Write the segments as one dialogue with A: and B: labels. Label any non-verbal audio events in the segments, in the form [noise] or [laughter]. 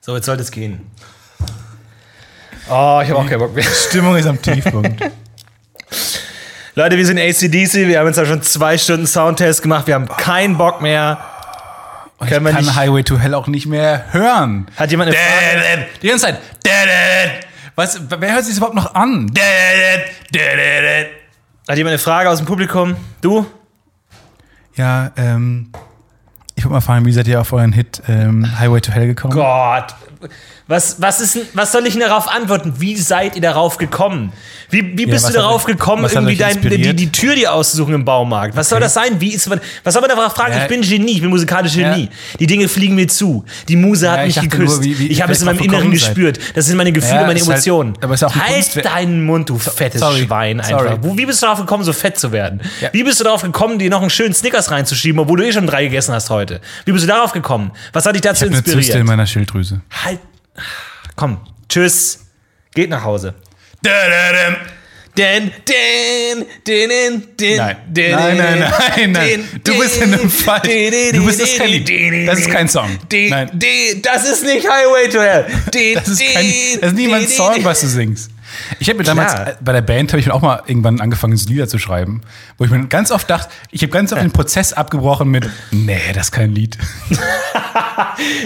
A: So, jetzt sollte es gehen. Oh, ich habe auch keinen Bock mehr.
B: Stimmung ist am
A: [laughs]
B: Tiefpunkt.
A: Leute, wir sind ACDC. Wir haben jetzt ja schon zwei Stunden Soundtest gemacht. Wir haben keinen Bock mehr.
B: Und
A: Können wir
B: ich kann
A: nicht-
B: Highway to Hell auch nicht mehr hören.
A: Hat jemand eine Frage?
B: Die ganze Zeit. Was, wer hört sich das überhaupt noch an?
A: Hat jemand eine Frage aus dem Publikum? Du?
B: Ja, ähm, ich wollte mal fragen, wie seid ihr auf euren Hit ähm, Highway to Hell gekommen?
A: Gott. Was, was, ist, denn- was soll ich denn darauf antworten? Wie seid ihr darauf gekommen? Wie, wie bist
B: was
A: du darauf
B: hat euch-
A: gekommen,
B: was hat
A: irgendwie
B: euch
A: dein, die,
B: inspiriert?
A: die Tür dir auszusuchen im Baumarkt? Was soll das sein? Wie ist man, was soll man darauf fragen?
B: Ja.
A: Ich bin Genie, ich bin musikalisch Genie. Die Dinge fliegen mir zu. Die Muse hat
B: ich
A: mich
B: dachte
A: geküsst.
B: nur, wie- wie
A: ich
B: ihr
A: habe es in meinem
B: vielleicht
A: Inneren
B: drauf gekommen
A: gespürt. Das sind meine Gefühle,
B: Ja,
A: meine
B: ist halt-
A: Emotionen.
B: aber ist auch ein
A: halt
B: Kunstwerk.
A: deinen Mund, du fettes
B: sorry,
A: Schwein einfach.
B: sorry.
A: Wo, wie bist du darauf gekommen, so fett zu werden?
B: Ja.
A: Wie bist du darauf gekommen, dir noch einen schönen Snickers reinzuschieben, obwohl du eh schon drei gegessen hast heute? Wie bist du darauf gekommen? Was hat dich dazu
B: Eine
A: inspiriert?
B: Zyste in meiner Schilddrüse.
A: Halt. Komm. Tschüss. Geht nach Hause. Denn, denn, denn, denn,
B: Nein. Nein, nein, nein, nein. Du bist in einem Fall. Du bist- das ist kein Lied. Das ist kein Song. Nein.
A: Das ist nicht Highway to Hell.
B: Das ist, kein, das ist niemand Song, was du singst. Ich habe mir damals
A: Klar.
B: äh, bei der Band habe ich mir auch mal irgendwann angefangen, so Lieder zu schreiben, wo ich mir ganz oft dachte, ich habe ganz oft den Prozess abgebrochen mit, nee, das ist kein Lied.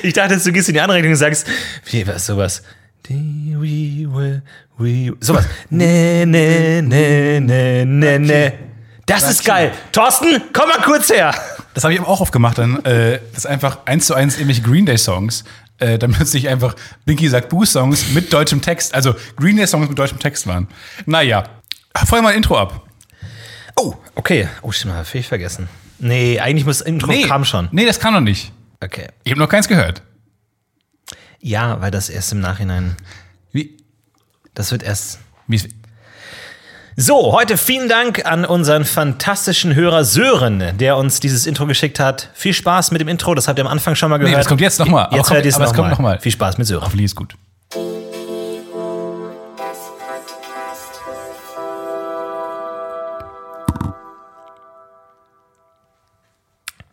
A: Ich dachte, jetzt, du gehst in die andere Richtung und sagst, wie was sowas. Die, We will, we, sowas. Ne, ne, ne, ne, ne, ne. Das ist geil. Thorsten, komm mal kurz her.
B: Das habe ich eben auch oft gemacht. Dann äh, das ist einfach eins zu eins irgendwelche Green Day Songs. Äh, dann plötzlich einfach Binky sagt Boo Songs mit deutschem Text, also Green Day Songs mit deutschem Text waren. Naja, feuer mal ein Intro ab.
A: Oh, okay. Oh, stimmt, habe ich vergessen. Nee, eigentlich muss Intro kam schon.
B: Nee, das kann noch nicht.
A: Okay.
B: Ich habe noch keins gehört.
A: Ja, weil das erst im Nachhinein.
B: Wie?
A: Das wird erst.
B: Wie ist,
A: So, heute vielen Dank an unseren fantastischen Hörer Sören, der uns dieses Intro geschickt hat. Viel Spaß mit dem Intro, das habt ihr am Anfang schon mal gehört.
B: nee, das kommt jetzt nochmal.
A: Jetzt hört ihr es
B: aber es kommt
A: nochmal.
B: nochmal.
A: Viel Spaß mit Sören.
B: Hoffentlich ist gut.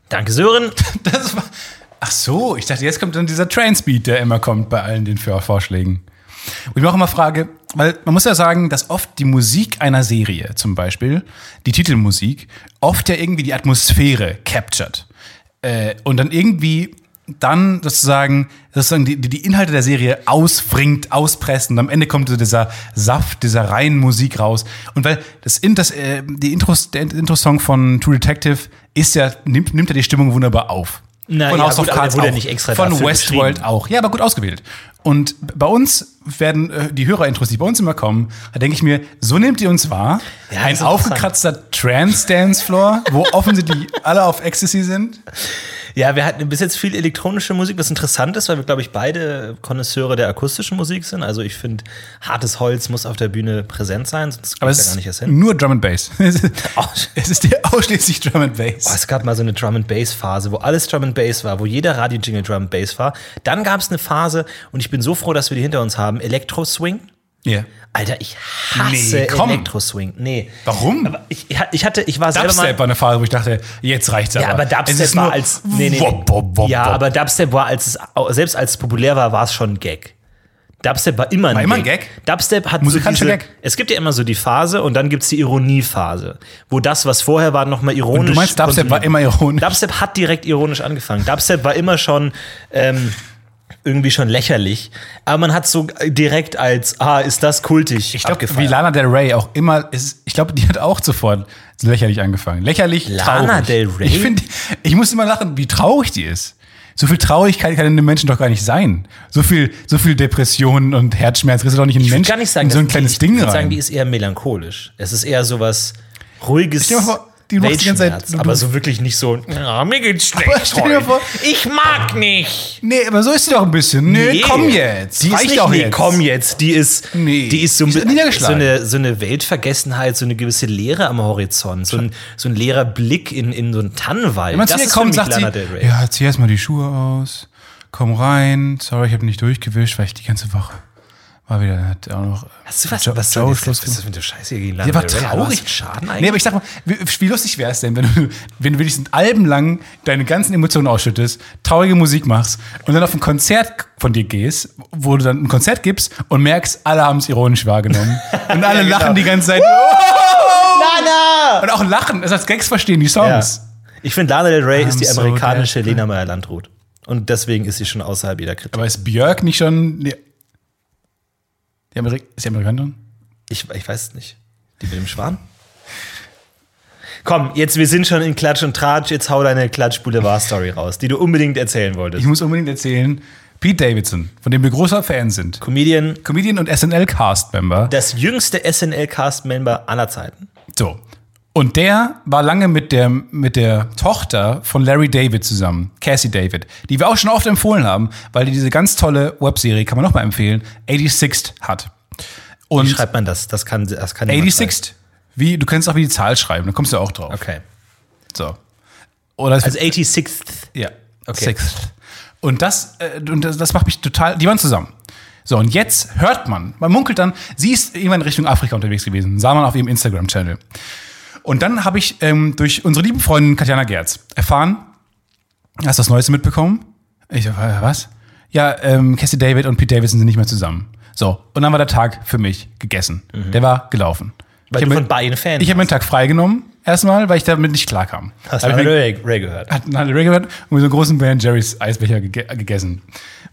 A: Danke, Sören.
B: Das war, ach so, ich dachte, jetzt kommt dann dieser Trainspeed, der immer kommt bei allen den Vor- Vorschlägen. Und ich mir auch immer frage, weil man muss ja sagen, dass oft die Musik einer Serie zum Beispiel, die Titelmusik, oft ja irgendwie die Atmosphäre captured. Äh, und dann irgendwie dann sozusagen, sozusagen die, die die Inhalte der Serie ausfringt, auspresst und am Ende kommt so dieser Saft dieser reinen Musik raus. Und weil das, In- das äh, die Intros, der Intro-Song von True Detective ist ja, nimmt, nimmt ja die Stimmung wunderbar auf.
A: Na
B: von
A: ja,
B: House
A: gut,
B: of
A: aber der
B: Cards
A: wurde
B: auch.
A: ja nicht extra
B: von
A: dafür
B: Westworld auch. Ja, aber gut ausgewählt. Und bei uns werden äh, die Hörerintros, die bei uns immer kommen, da denke ich mir, so nehmt ihr uns wahr.
A: Ja, das
B: Ein
A: ist interessant.
B: aufgekratzter Trance-Dance-Floor,
A: [laughs]
B: wo offensichtlich alle auf Ecstasy sind.
A: Ja, wir hatten bis jetzt viel elektronische Musik, was interessant ist, weil wir, glaube ich, beide Konnoisseure der akustischen Musik sind. Also ich finde, hartes Holz muss auf der Bühne präsent sein, sonst
B: Aber
A: kommt
B: es
A: da
B: ist
A: gar nicht erst hin.
B: nur Drum and Bass. [laughs] Es ist-
A: Oh.
B: es ist dir ausschließlich Drum and
A: Oh,
B: Bass.
A: Es gab mal so eine Drum and Bass Phase, wo alles Drum and Bass war, wo jeder Radio Jingle Drum and Bass war. Dann gab es eine Phase und ich bin so froh, dass wir die hinter uns haben. Elektro Swing.
B: Ja.
A: Alter, ich hasse
B: Nee, komm.
A: Elektro Swing. Nee.
B: Warum?
A: Aber ich, ich hatte, ich war selber mal
B: Dubstep war eine Phase, wo ich dachte, jetzt reicht's aber.
A: ja, aber
B: Es
A: Dubstep
B: ist
A: war
B: nur
A: als nee, nee.
B: Wop, wop, wop,
A: Ja,
B: wop.
A: aber Dubstep war als es, selbst als es populär war, war es schon ein Gag. Dubstep war immer ein,
B: War immer ein
A: Gag.
B: Gag?
A: Dubstep hat
B: Musikalischer
A: so diese,
B: Gag?
A: Es gibt ja immer so die Phase und dann gibt's die Ironiephase, wo das, was vorher war, nochmal ironisch.
B: du meinst, Dubstep
A: konsumiert
B: war immer ironisch.
A: Dubstep hat direkt ironisch angefangen. Dubstep war immer schon ähm, irgendwie schon lächerlich, aber man hat so direkt als ah ist das kultig
B: Ich glaube, wie
A: abgefeiert.
B: Lana Del Rey auch immer ist, ich glaube, die hat auch sofort lächerlich angefangen. Lächerlich,
A: Lana
B: traurig.
A: Del Rey?
B: Ich finde, ich muss immer lachen, wie traurig die ist. So viel Traurigkeit kann in einem Menschen doch gar nicht sein. So viel, so viel Depressionen und Herzschmerz kriegst du doch nicht in einen
A: Ich würd
B: Menschen
A: gar nicht sagen,
B: in so ein
A: dass-
B: kleines
A: ich,
B: Ding
A: ich würd
B: rein.
A: sagen, die ist eher melancholisch. Es ist eher sowas ruhiges.
B: Stell dir mal vor, die macht die ganze Zeit-
A: Weltschmerz,
B: du-
A: aber so wirklich nicht so. Ja, mir geht's
B: Aber
A: schlecht.
B: stell dir
A: heute.
B: vor-
A: ich mag nicht.
B: nee, aber so ist sie doch ein bisschen. Nee,
A: Nee.
B: komm jetzt.
A: Die ist
B: Reicht
A: nicht,
B: doch
A: nee,
B: jetzt.
A: komm jetzt. Die ist,
B: Nee.
A: die ist so, ein
B: Die ist
A: bi- so,
B: niedergeschlagen.
A: eine, so eine Weltvergessenheit, so eine gewisse Leere am Horizont, so ein, so ein leerer Blick in, in so einen Tannenwald.
B: Wenn man zu ihr kommt,
A: für mich
B: sagt sie,
A: Lana Del Rey.
B: ja, zieh erstmal die Schuhe aus, komm rein, sorry, ich habe nicht durchgewischt, weil ich die ganze Woche War wieder, hat auch noch.
A: Hast du was,
B: Jo-
A: was
B: Joe
A: soll das,
B: Schluss
A: was ist das für eine Scheiße hier gegen
B: Der
A: Lana
B: war
A: Del Rey? Aber was
B: traurig.
A: für Schaden
B: Nee,
A: eigentlich?
B: aber ich sag mal, wie, wie lustig wäre es denn, wenn du, wenn du wirklich ein Alben lang deine ganzen Emotionen ausschüttest, traurige Musik machst und dann auf ein Konzert von dir gehst, wo du dann ein Konzert gibst und merkst, alle haben es ironisch [laughs] wahrgenommen. Und alle lachen die ganze Zeit.
A: Lana!
B: Und auch lachen, also als Gags verstehen die Songs.
A: Ich finde, Lana Del Rey ist die
B: I'm so
A: amerikanische
B: dead.
A: Lena Meyer-Landrut. Und deswegen ist sie schon außerhalb jeder Kritik.
B: Aber ist Björk nicht schon. Die, die Amerik ist die Amerikanerin?
A: Ich, ich weiß es nicht. Die mit dem Schwan? Komm, jetzt, wir sind schon in Klatsch und Tratsch. Jetzt hau deine Klatsch-Boulevard-Story raus, die du unbedingt erzählen wolltest.
B: Ich muss unbedingt erzählen, Pete Davidson, von dem wir großer Fan sind.
A: Comedian,
B: Comedian und SNL-Cast-Member.
A: das jüngste SNL-Cast-Member aller Zeiten.
B: So. Und der war lange mit der, mit der Tochter von Larry David zusammen, Cassie David, die wir auch schon oft empfohlen haben, weil die diese ganz tolle Webserie, kann man nochmal empfehlen, 86 hat.
A: Wie
B: Und
A: schreibt man das? Das kann, das kann niemand
B: 86, wie, du kannst auch wie die Zahl schreiben, da kommst du auch drauf.
A: schreiben. Okay.
B: So. Oder es
A: Also 86th.
B: Ja.
A: Okay.
B: Sixth. Und das, äh, und das, das macht mich total. Die waren zusammen. So, und jetzt hört man, man munkelt dann, sie ist irgendwann in Richtung Afrika unterwegs gewesen, sah man auf ihrem Instagram-Channel. Und dann habe ich ähm, durch unsere lieben Freundin Katjana Gerz erfahren, hast du das Neueste mitbekommen? Ich so, "Wa- was? Ja, ähm, Cassie David und Pete Davidson sind nicht mehr zusammen. So, und dann war der Tag für mich gegessen. Der war gelaufen.
A: Mhm. Weil
B: ich
A: du
B: habe
A: von
B: mir-
A: beiden Fan
B: ich hab mir einen Tag freigenommen, erstmal, weil ich damit nicht klarkam.
A: hast.
B: Hab
A: Hast
B: ich
A: du
B: mir-
A: Ray, Ray gehört.
B: hat einen Ray gehört und mit so einem großen Band Jerrys Eisbecher gege gegessen.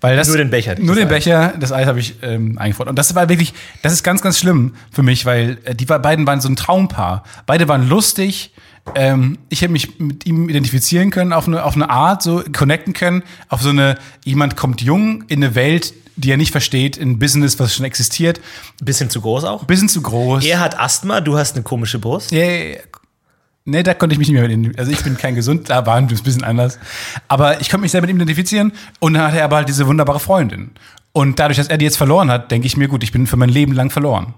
B: Weil das,
A: Nur den Becher,
B: Nur
A: das
B: den
A: Eis.
B: Becher, das Eis habe ich ähm, eingefroren. Und das war wirklich, das ist ganz, ganz schlimm für mich, weil äh, die beiden waren so ein Traumpaar. Beide waren lustig. Ähm, ich hätte mich mit ihm identifizieren können, auf eine, auf eine Art, so connecten können, auf so eine, jemand kommt jung in eine Welt, die er nicht versteht, in ein Business, was schon existiert.
A: Bisschen zu groß auch.
B: Bisschen zu groß.
A: Er hat Asthma, du hast eine komische Brust.
B: Ja, ja, ja. Nee, da konnte ich mich nicht mehr mit identifizieren. Also ich bin kein gesund, da waren wir es ein bisschen anders. Aber ich konnte mich sehr mit ihm identifizieren und dann hatte er aber halt diese wunderbare Freundin. Und dadurch, dass er die jetzt verloren hat, denke ich mir, gut, ich bin für mein Leben lang verloren.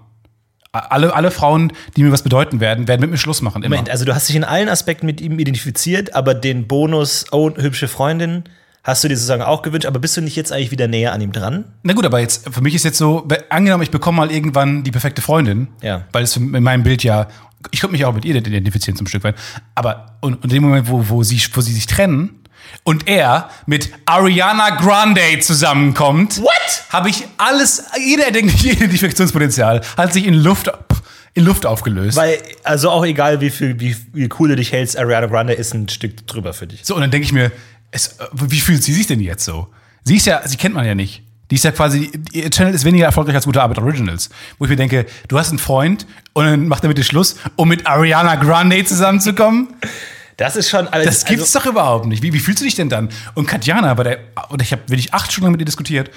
B: A- Alle, alle Frauen, die mir was bedeuten werden, werden mit mir Schluss machen. Immer.
A: Moment, also du hast dich in allen Aspekten mit ihm identifiziert, aber den Bonus, oh, hübsche Freundin, hast du dir sozusagen auch gewünscht, aber bist du nicht jetzt eigentlich wieder näher an ihm dran?
B: Na gut, aber jetzt, für mich ist jetzt so, be- angenommen, ich bekomme mal irgendwann die perfekte Freundin,
A: Ja.
B: weil es in meinem Bild ja, ich konnte mich auch mit ihr identifizieren zum Stück weit, aber und, und in dem Moment, wo, wo, sie, wo sie sich trennen und er mit Ariana Grande zusammenkommt,
A: What?
B: habe ich alles, jeder erdenkliche [laughs] Identifikationspotenzial hat sich in Luft, in Luft aufgelöst.
A: Weil, also auch egal, wie, viel, wie, wie cool du dich hältst, Ariana Grande ist ein Stück drüber für dich.
B: So, und dann denke ich mir, es, äh, wie fühlt sie sich denn jetzt so? Sie ist ja, sie kennt man ja nicht. Die ist ja quasi, ihr Channel ist weniger erfolgreich als gute Arbeit Originals. Wo ich mir denke, du hast einen Freund und dann macht er mit dir Schluss, um mit Ariana Grande zusammenzukommen?
A: Das ist schon alles. also,
B: Das gibt's doch überhaupt nicht. Wie, wie fühlst du dich denn dann? Und Katjana war der, und ich habe wirklich acht Stunden lang mit ihr diskutiert,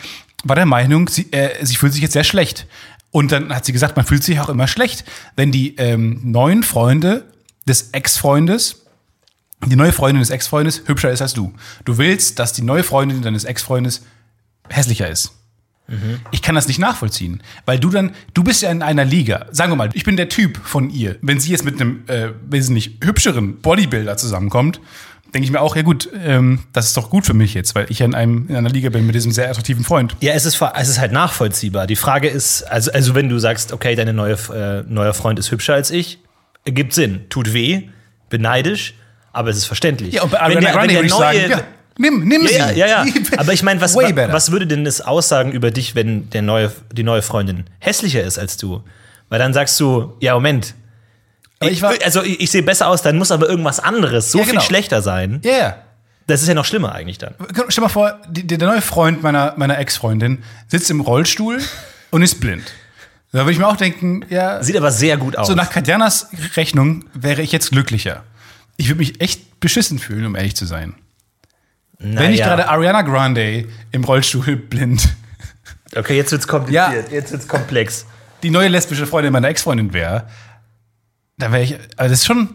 B: war der Meinung, sie, äh, sie fühlt sich jetzt sehr schlecht. Und dann hat sie gesagt, man fühlt sich auch immer schlecht, wenn die ähm, neuen Freunde des Ex-Freundes, die neue Freundin des Ex-Freundes hübscher ist als du. Du willst, dass die neue Freundin deines Ex-Freundes hässlicher ist. Ich kann das nicht nachvollziehen, weil du dann, du bist ja in einer Liga. Sagen wir mal, ich bin der Typ von ihr. Wenn sie jetzt mit einem äh, wesentlich hübscheren Bodybuilder zusammenkommt, denke ich mir auch, ja gut, ähm, das ist doch gut für mich jetzt, weil ich ja in, einem, in einer Liga bin mit diesem sehr attraktiven Freund.
A: Ja, es ist, ver- es ist halt nachvollziehbar. Die Frage ist, also, also wenn du sagst, okay, dein neue, äh, neuer Freund ist hübscher als ich, ergibt Sinn, tut weh, beneidisch, aber es ist verständlich.
B: Ja, und bei
A: Wenn
B: Ariana
A: der- wenn
B: Grande
A: der
B: würde ich
A: neue-
B: sagen, ja, nimm, nimm sie.
A: Ja, ja,
B: [laughs]
A: ja. ja. [laughs] Aber ich meine, was,
B: Way better.
A: was würde denn das aussagen über dich, wenn der neue, die neue Freundin hässlicher ist als du? Weil dann sagst du, ja, Moment.
B: Aber ich war-
A: also ich, ich sehe besser aus, dann muss aber irgendwas anderes so
B: Ja, genau.
A: viel schlechter sein.
B: Ja, ja.
A: Das ist ja noch schlimmer eigentlich dann.
B: Stell mal vor, die, der neue Freund meiner, meiner Ex-Freundin sitzt im Rollstuhl und ist blind. Da würde ich mir auch denken, ja,
A: Sieht aber sehr gut aus.
B: So, nach Katjanas Rechnung wäre ich jetzt glücklicher. Ich würde mich echt beschissen fühlen, um ehrlich zu sein.
A: Naja.
B: Wenn ich gerade Ariana Grande im Rollstuhl blind [laughs]
A: Okay, jetzt wird's kompliziert.
B: Ja.
A: Jetzt wird's komplex.
B: die neue lesbische Freundin meiner Ex-Freundin wäre, da wäre ich, also das ist schon,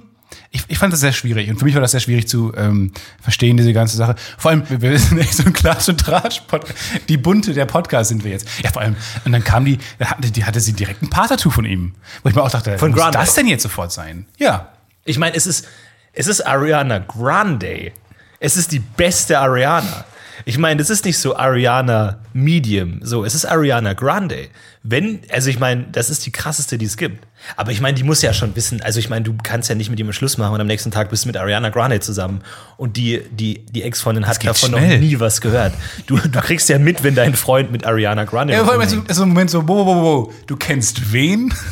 B: ich, ich fand das sehr schwierig und für mich war das sehr schwierig zu ähm, verstehen, diese ganze Sache. Vor allem, wir- wir sind [laughs] echt so ein Klatsch- und Tratsch-Podcast, die bunte der Podcast sind wir jetzt. Ja, vor allem, und dann kam die, da hatte, die hatte sie direkt ein Paar-Tattoo von ihm, wo ich mir auch dachte,
A: Von
B: muss
A: Grande.
B: das denn jetzt sofort sein? Ja,
A: Ich meine, es ist, es ist Ariana Grande. Es ist die beste Ariana. Ich meine, das ist nicht so Ariana Medium. So, es ist Ariana Grande. Wenn, also ich meine, das ist die krasseste, die es gibt. Aber ich meine, die muss ja schon wissen, also ich meine, du kannst ja nicht mit jemandem Schluss machen und am nächsten Tag bist du mit Ariana Grande zusammen. Und die, die, die Ex-Freundin hat
B: geht
A: davon
B: schnell.
A: noch nie was gehört. Du, du kriegst ja mit, wenn dein Freund mit Ariana Grande.
B: Ja, vor allem ist so- ist so ein Moment so, wow, wow, wow, wow, du kennst wen? [laughs]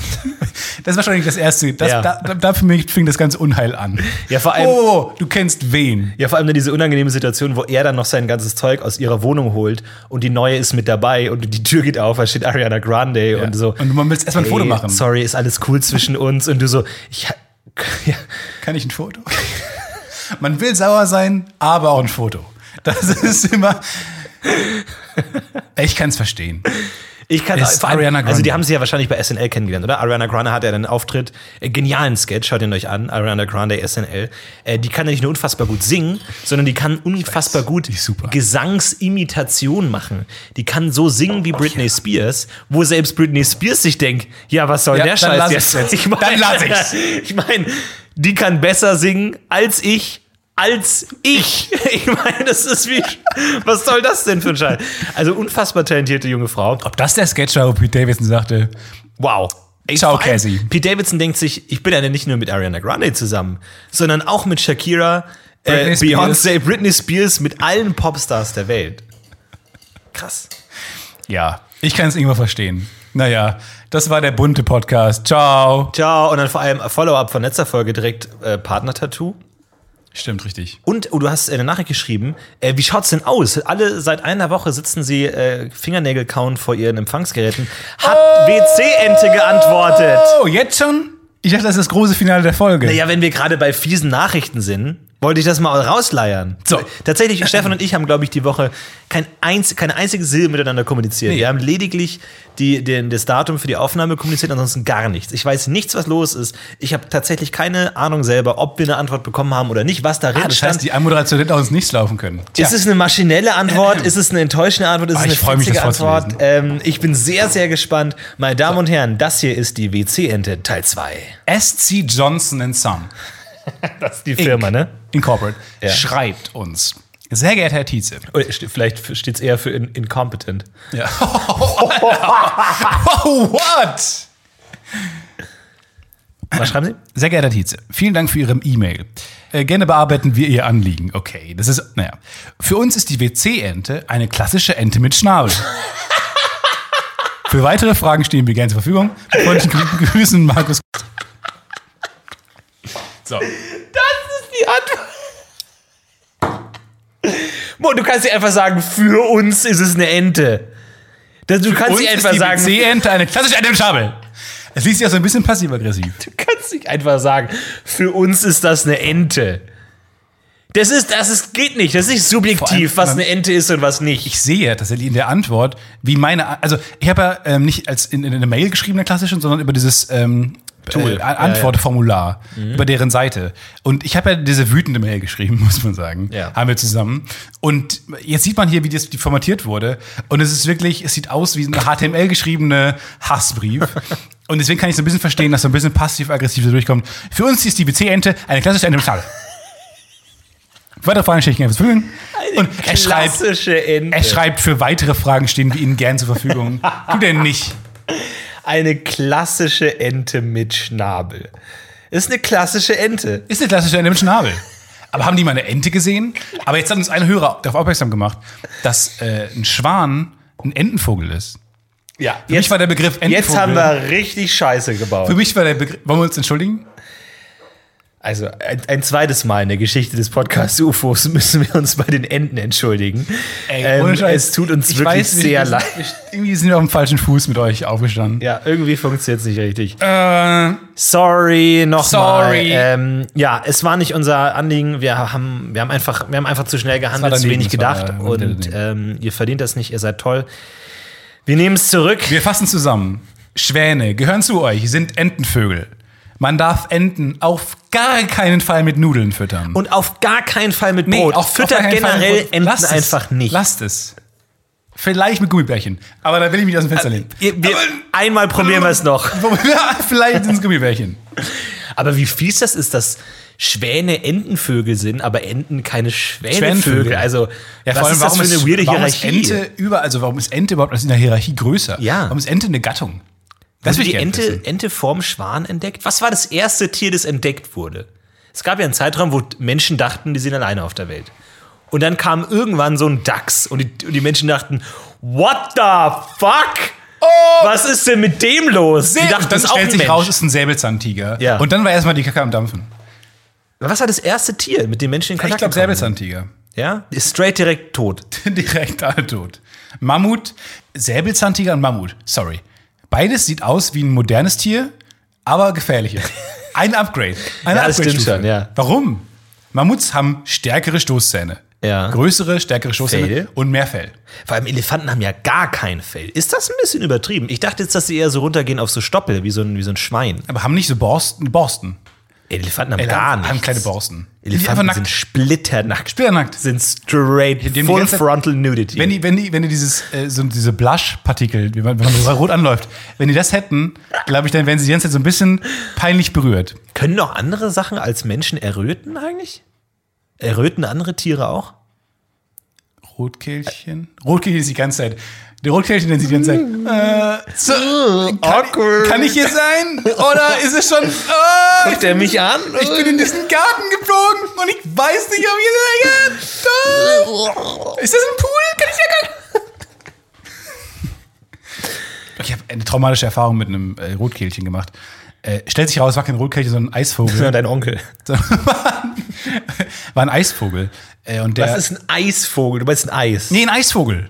B: Das ist wahrscheinlich das Erste. Das,
A: Ja.
B: da, da, da für mich fing das ganze Unheil an.
A: Ja, vor allem-
B: Wow, wow, wow, du kennst wen?
A: Ja, vor allem dann diese unangenehme Situation, wo er dann noch sein ganzes Zeug aus ihrer Wohnung holt und die neue ist mit dabei und die Tür geht auf, da steht Ariana Grande
B: Ja.
A: und so.
B: Und man willst erstmal ein
A: "Hey,
B: Foto machen.
A: Sorry, ist alles cool zwischen uns und du so, ich, ha- [laughs] ja,
B: Kann ich ein Foto? [laughs] Man will sauer sein, aber auch ein Foto. Das [laughs] ist immer. Ich kann es verstehen.
A: ich kann
B: Ist
A: vor allem-
B: Ariana Grande.
A: Also die haben sie ja wahrscheinlich bei SNL kennengelernt, oder? Ariana Grande hat ja einen Auftritt, äh, genialen Sketch, schaut ihn euch an, Ariana Grande SNL. Äh, die kann ja nicht nur unfassbar gut singen, sondern die kann unfassbar gut
B: die ist super.
A: Gesangsimitationen machen. Die kann so singen wie
B: Oh,
A: Britney Spears, wo selbst Britney Spears sich denkt, ja, was soll
B: Ja,
A: der
B: dann
A: Scheiß
B: lass ich's
A: jetzt? [laughs]
B: jetzt. Dann lass ich's.
A: Ich meine, die kann besser singen als ich. Als ich. [laughs] Ich meine, das ist
B: [laughs]
A: wie. Was soll das denn für ein Scheiß? Also unfassbar talentierte junge Frau.
B: Ob das der Sketch war, wo Pete Davidson sagte,
A: Wow. Ey,
B: Ciao,
A: vor allem,
B: Cassie.
A: Pete Davidson denkt sich, ich bin ja nicht nur mit Ariana Grande zusammen, sondern auch mit Shakira, äh,
B: Britney Spears.
A: Beyoncé, Britney Spears, mit allen Popstars der Welt. Krass.
B: ja, ich kann es irgendwann verstehen. Naja, das war der bunte Podcast. Ciao.
A: Ciao. Und dann vor allem Follow-up von letzter Folge direkt äh, Partner-Tattoo.
B: Stimmt richtig.
A: Und oh, du hast eine Nachricht geschrieben. Äh, wie schaut's denn aus? Alle seit einer Woche sitzen sie äh, Fingernägel kauen vor ihren Empfangsgeräten. Hat WC-Ente geantwortet.
B: Oh, jetzt schon? Ich dachte, das ist das große Finale der Folge.
A: Ja, wenn wir gerade bei fiesen Nachrichten sind, wollte ich das mal rausleiern.
B: So.
A: Tatsächlich, Stefan und ich haben, glaube ich, die Woche kein einz, keine einzige Silbe miteinander kommuniziert. Wir haben lediglich die, den, das Datum für die Aufnahme kommuniziert, ansonsten gar nichts. Ich weiß nichts, was los ist. Ich habe tatsächlich keine Ahnung selber, ob wir eine Antwort bekommen haben oder nicht, was darin
B: Ah, das
A: stand.
B: heißt, die Anmoderation hätte aus nichts laufen können. Tja.
A: Ist es eine maschinelle Antwort? Ist es eine enttäuschende Antwort? Ist es
B: Ah,
A: eine
B: ich freu mich,
A: witzige
B: das
A: Antwort? Ähm, ich bin sehr, sehr gespannt. Meine Damen und Herren, das hier ist die WC-Ente Teil 2.
B: SC Johnson and Son
A: Das ist die Firma, ne?
B: Incorporate
A: Ja.
B: schreibt uns. Sehr geehrter Herr Tietze.
A: Oder ste- vielleicht steht es eher für in, incompetent.
B: Ja. oh, what?
A: Was schreiben Sie?
B: Sehr geehrter Tietze, vielen Dank für Ihre E-Mail. Äh, gerne bearbeiten wir Ihr Anliegen. Okay, das ist, naja. Für uns ist die WC-Ente eine klassische Ente mit Schnabel. für weitere Fragen stehen wir gerne zur Verfügung. Mit freundlichen Grü- Grüßen, Markus. So,
A: Das ist [laughs] die Antwort. Mo, du kannst dir einfach sagen, für uns ist es eine Ente. Das, du kannst
B: uns
A: nicht
B: ist
A: einfach
B: die
A: sagen,
B: WC-Ente eine klassische Ente mit Schnabel. Es liest sich auch so ein bisschen passiv-aggressiv.
A: du [laughs] kannst nicht einfach sagen, für uns ist das eine Ente. Das ist, das ist, geht nicht. Das ist nicht subjektiv,
B: Vor allem,
A: was
B: man-
A: eine Ente ist und was nicht.
B: ich sehe tatsächlich in der Antwort, wie meine, A- also ich habe ja ähm, nicht als in, in einer Mail geschrieben, der klassischen, sondern über dieses ähm, Tool,
A: Tool.
B: äh,
A: Ja, Mhm.
B: Antwortformular, über deren Seite. Und ich habe ja diese wütende Mail geschrieben, [laughs] muss man sagen.
A: Ja.
B: Haben wir zusammen. Und jetzt sieht man hier, wie das die formatiert wurde. Und es ist wirklich, es sieht aus wie ein HTML geschriebene
A: [laughs]
B: Hassbrief. Und deswegen kann ich so ein bisschen verstehen, dass so ein bisschen passiv-aggressiv so durchkommt. Für uns ist die BC-Ente eine klassische Ente
A: [laughs]
B: mit Schnabel. Weitere Fragen stelle ich gerne zur Verfügung. Und er schreibt,
A: Klassische Ente.
B: er schreibt, für weitere Fragen stehen wir Ihnen gern zur
A: [laughs]
B: Verfügung. Du denn nicht?
A: Eine klassische Ente mit Schnabel. Ist eine klassische Ente.
B: Ist eine klassische Ente mit Schnabel. Aber haben die mal eine Ente gesehen? Aber jetzt hat uns ein Hörer darauf aufmerksam gemacht, dass äh, ein Schwan ein Entenvogel ist.
A: Ja,
B: Für mich war der Begriff Entenvogel.
A: Jetzt haben wir richtig Scheiße gebaut.
B: Für mich war der Begriff. Wollen wir uns entschuldigen?
A: Also ein, ein zweites Mal in der Geschichte des Podcasts UFOs müssen wir uns bei den Enten entschuldigen. ähm,
B: ohne Scheiß.
A: es tut uns
B: Ich
A: wirklich
B: weiß nicht,
A: sehr
B: wir-
A: leid.
B: wir- Irgendwie sind wir auf dem falschen Fuß mit euch aufgestanden.
A: Ja, irgendwie funktioniert es nicht richtig.
B: Äh,
A: Sorry, nochmal.
B: Sorry.
A: Ähm, ja, es war nicht unser Anliegen. Wir haben, wir haben, einfach, wir haben einfach zu schnell gehandelt, zu
B: daneben,
A: wenig
B: es war,
A: gedacht.
B: äh,
A: und ähm, ihr verdient das nicht, ihr seid toll. Wir nehmen es zurück.
B: Wir fassen zusammen. Schwäne gehören zu euch, sind Entenvögel. Man darf Enten auf gar keinen Fall mit Nudeln füttern.
A: Und auf gar keinen Fall mit Brot.
B: auf- auf
A: Füttert
B: gar keinen Fall
A: generell
B: Brot.
A: Enten
B: Lasst es.
A: einfach nicht.
B: Lasst es. Vielleicht mit Gummibärchen. Aber da will ich mich aus dem Fenster lehnen. [laughs]
A: Ihr- wir, einmal probieren wir es noch.
B: Vielleicht sind es Gummibärchen.
A: Aber wie fies das ist, dass Schwäne Entenvögel sind, aber Enten keine Schwänevögel.
B: Schwänenvögel.
A: Also,
B: Ja,
A: was
B: vor allem,
A: ist das
B: warum,
A: für eine
B: ist,
A: weirde
B: warum ist
A: Hierarchie?
B: Ente über, also warum ist Ente überhaupt in der Hierarchie größer?
A: Ja.
B: Warum ist Ente eine Gattung? Das
A: Wurde
B: will ich
A: die
B: gerne wissen.
A: Ente, Ente vorm Schwan entdeckt? Was war das erste Tier, das entdeckt wurde? Es gab ja einen Zeitraum, wo Menschen dachten, die sind alleine auf der Welt. Und dann kam irgendwann so ein Dachs und die, und die Menschen dachten, what the fuck? Was ist denn mit dem los? Die dachten,
B: Oh!" dann
A: das ist auch
B: stellt
A: ein
B: sich
A: Mensch.
B: raus, ist ein Säbelzahntiger.
A: Ja.
B: Und dann war erstmal die Kacke am Dampfen.
A: Was war das erste Tier, mit dem Menschen in
B: Ich
A: Kontakt
B: glaube,
A: gekommen
B: Säbelzahntiger.
A: sind? Ja? Ist straight direkt tot.
B: [laughs] Direkt alle tot. Mammut, Säbelzahntiger und Mammut. Sorry. Beides sieht aus wie ein modernes Tier,
A: [laughs]
B: aber gefährlicher. Ein Upgrade. Eine
A: Ja, das stimmt
B: Upgrade-Stufe.
A: schon, ja.
B: Warum? Mammuts haben stärkere Stoßzähne.
A: Ja.
B: Größere, stärkere Stoßzähne
A: Fell.
B: und mehr Fell.
A: Vor allem Elefanten haben ja gar kein Fell. Ist das ein bisschen übertrieben? Ich dachte jetzt, dass sie eher so runtergehen auf so Stoppel, wie so ein, wie so ein Schwein.
B: Aber haben nicht so Borsten. Borsten.
A: Elefanten haben gar nichts.
B: Haben kleine Borsten. die einfach
A: Elefanten
B: nackt.
A: sind splitternackt.
B: splitternackt.
A: sind straight
B: die
A: full
B: ganze Zeit-
A: frontal nudity.
B: Wenn die, wenn die, wenn die dieses, äh, so diese Blush-Partikel, wie man- wenn man so rot anläuft, wenn die das hätten, glaube ich, dann wären sie die ganze Zeit so ein bisschen peinlich berührt.
A: Können noch andere Sachen als Menschen erröten eigentlich? Erröten andere Tiere auch?
B: Rotkehlchen? Rotkehlchen ist die ganze Zeit. Der Rotkehlchen nennt sich die ganze Zeit. Äh, so, kann, kann ich hier sein? Oder ist es schon. Oh, ich,
A: Guckt er mich an?
B: ich bin in diesen Garten geflogen und ich weiß nicht, ob ich hier sein kann. Oh, Ist das ein Pool? Kann ich hier gar Ich habe eine traumatische Erfahrung mit einem äh, Rotkehlchen gemacht. Äh, stellt sich raus, war kein Rotkehlchen, sondern ein Eisvogel. [laughs]
A: Ja, dein Onkel.
B: war ein Eisvogel. Äh, und der,
A: Das ist ein Eisvogel. Du meinst ein Eis.
B: Nee, ein Eisvogel.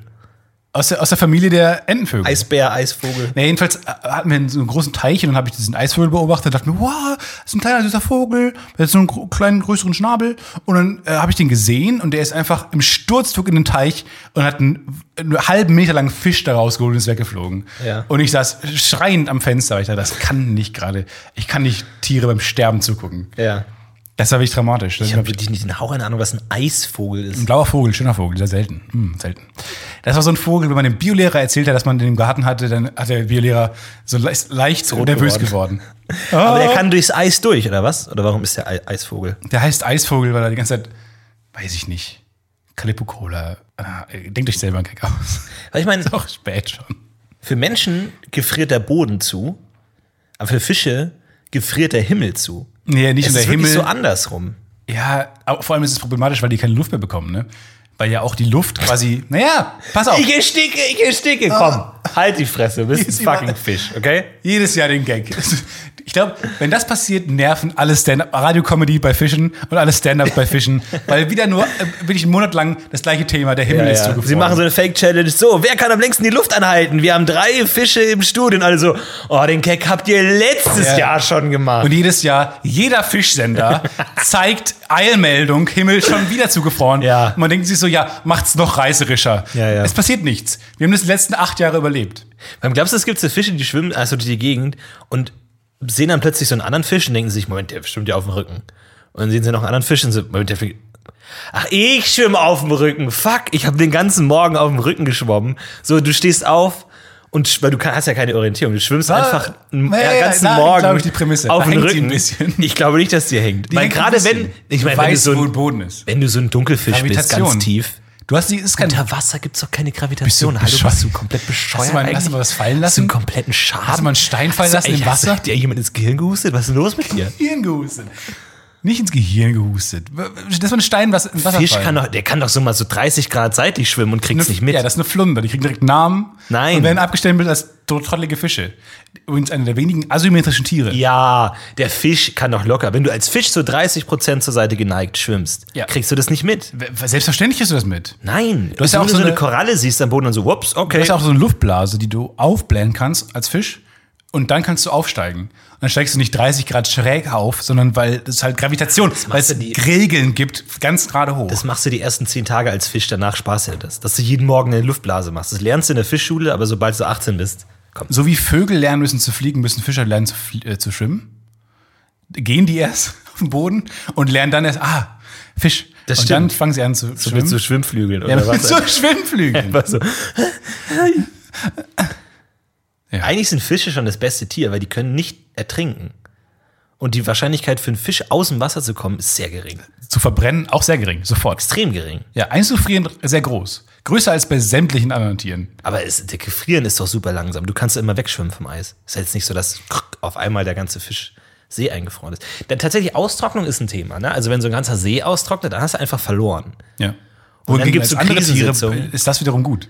B: Aus der, aus der Familie der Entenvögel.
A: Eisbär, Eisvogel.
B: Nee, jedenfalls äh, hatten wir so einen großen Teich und dann habe ich diesen Eisvogel beobachtet und dachte mir, wow, das ist ein kleiner süßer Vogel, der hat so einen gro- kleinen größeren Schnabel. Und dann äh, habe ich den gesehen und der ist einfach im Sturzflug in den Teich und hat einen, einen halben Meter langen Fisch da rausgeholt und ist weggeflogen.
A: Ja.
B: Und ich saß schreiend am Fenster, weil ich dachte, das kann nicht gerade, ich kann nicht Tiere beim Sterben zugucken.
A: Ja.
B: Das war wirklich dramatisch. Das
A: Ich
B: hab
A: habe wirklich nicht den Hauch einer Ahnung, was ein Eisvogel ist.
B: ein blauer Vogel, schöner Vogel, sehr selten. Hm, selten. Das war so ein Vogel, wenn man dem Biolehrer erzählt hat, dass man den im Garten hatte, dann hat der Biolehrer so le leicht nervös geworden.
A: Aber der kann durchs Eis durch, oder was? Oder warum ist der Ei- Eisvogel?
B: Der heißt Eisvogel, weil er die ganze Zeit, weiß ich nicht, Calippo-Cola. Ah, äh, denkt euch selber einen Kick aus. [laughs]
A: Weil ich meine,
B: Ist auch spät schon.
A: Für Menschen gefriert der Boden zu, aber für Fische gefriert der Himmel zu.
B: Nee, nicht
A: Es
B: in
A: ist
B: der
A: wirklich
B: Himmel.
A: so andersrum.
B: ja, aber vor allem ist es problematisch, weil die keine Luft mehr bekommen, ne? Weil ja auch die Luft quasi, naja, pass auf.
A: Ich ersticke, ich ersticke, komm.
B: Ah.
A: Halt die Fresse, du
B: [laughs]
A: bist
B: Ist
A: ein
B: jemand-
A: fucking Fisch, okay?
B: Jedes Jahr den Gag. Also, Ich glaube, wenn das passiert, nerven alle Stand-up, Radio-Comedy bei Fischen und alle Stand-up bei Fischen, weil wieder nur, äh, wirklich einen Monat lang das gleiche Thema, der Himmel
A: Ja,
B: ist
A: ja.
B: zugefroren.
A: Sie machen so eine Fake-Challenge. So, wer kann am längsten die Luft anhalten? Wir haben drei Fische im Studio und alle so, oh, den Keck habt ihr letztes
B: Ja.
A: Jahr schon gemacht.
B: und jedes Jahr,
A: [laughs]
B: jeder Fischsender zeigt Eilmeldung, Himmel schon wieder zugefroren.
A: Ja.
B: Und man denkt sich so, ja, macht's noch reißerischer.
A: Ja, ja.
B: Es passiert nichts. Wir haben das die letzten acht Jahre überlebt.
A: Beim Ähm, glaubst du, es gibt so Fische, die schwimmen also durch die Gegend und sehen dann plötzlich so einen anderen Fisch und denken sich, Moment, der schwimmt ja auf dem Rücken. Und dann sehen sie noch einen anderen Fisch und so, Moment, der fliegt. Ach, ich schwimme auf dem Rücken. Fuck, ich habe den ganzen Morgen auf dem Rücken geschwommen. So, du stehst auf und sch- weil du kann- hast ja keine Orientierung, du schwimmst einfach einen
B: ja,
A: den
B: ja,
A: ganzen
B: da
A: Morgen
B: glaub ich die Prämisse.
A: auf
B: Da
A: den
B: hängt sie
A: Rücken.
B: ein bisschen.
A: Ich glaube nicht, dass die hängt. weil
B: hängt ein
A: gerade wenn,
B: bisschen.
A: ich meine,
B: Du
A: wenn du
B: weißt,
A: so
B: wo
A: ein,
B: der Boden ist.
A: wenn du so ein Dunkelfisch bist, ganz
B: Gravitation.
A: tief.
B: Du hast die, ist kein,
A: Unter Wasser gibt's doch keine Gravitation.
B: Bist du
A: Hallo, bist du
B: bescheuert?
A: komplett bescheuert?
B: Hast du mal- hast du
A: eigentlich?
B: mal was fallen
A: Hast du einen
B: lassen?
A: kompletten Schaden?
B: Hast du mal einen Stein
A: Hast
B: fallen
A: du-
B: lassen im
A: ey, hast du-
B: Wasser?
A: Hat dir jemand ins Gehirn gehustet? Was ist denn los mit dir?
B: Gehirn gehustet. Nicht ins Gehirn gehustet. Das war ein Stein, was ins Wasser
A: Fisch
B: fallen.
A: kann doch, der kann doch so mal so 30 Grad seitlich schwimmen und kriegt's
B: Eine-
A: nicht mit.
B: Ja, das ist eine Flumbe. Die kriegen direkt einen Namen.
A: Nein.
B: Und werden abgestempelt als tro- trottelige Fische. Übrigens einer der wenigen asymmetrischen Tiere.
A: ja, der Fisch kann doch locker. Wenn du als Fisch so 30 Prozent zur Seite geneigt schwimmst,
B: Ja.
A: kriegst du das nicht mit.
B: W- Selbstverständlich kriegst du das mit.
A: Nein, du
B: hast ja
A: wenn
B: auch
A: du
B: so
A: so eine
B: eine-
A: Koralle siehst am Boden und so, whoops,
B: Du
A: okay.
B: hast auch so eine Luftblase, die du aufblähen kannst als Fisch. Und dann kannst du aufsteigen. Und dann steigst du nicht 30 Grad schräg auf, sondern weil es halt Gravitation, weil
A: machst
B: es
A: du die-
B: Regeln gibt, ganz gerade hoch.
A: Das machst du die ersten zehn Tage als Fisch, danach Spaß dir das. Dass du jeden Morgen eine Luftblase machst. Das lernst du in der Fischschule, aber sobald du 18 bist, komm.
B: so wie Vögel lernen müssen zu fliegen, müssen Fischer lernen zu, flie- äh, zu schwimmen. Gehen die erst [laughs] auf den Boden und lernen dann erst, ah, Fisch.
A: Das
B: und
A: stimmt.
B: dann fangen sie an zu
A: So
B: schwimmen.
A: Mit so Schwimmflügeln
B: ja,
A: oder
B: mit
A: was?
B: so Schwimmflügeln.
A: Einfach so.
B: Ja.
A: Eigentlich sind Fische schon das beste Tier, weil die können nicht ertrinken. Und die Wahrscheinlichkeit für einen Fisch aus dem Wasser zu kommen ist sehr gering.
B: Zu verbrennen auch sehr gering, sofort.
A: Extrem gering.
B: Ja, einzufrieren sehr groß. Größer als bei sämtlichen anderen Tieren.
A: Aber es, der Gefrieren ist doch super langsam. Du kannst ja immer wegschwimmen vom Eis. Ist ja jetzt nicht so, dass auf einmal der ganze Fisch See eingefroren ist. Denn tatsächlich Austrocknung ist ein Thema. Ne? Also wenn so ein ganzer See austrocknet, dann hast du einfach verloren.
B: Ja.
A: Und dann
B: Wohingegen
A: gibt's
B: als
A: so
B: andere Tiere
A: Krisensitzungen.
B: ist das wiederum gut.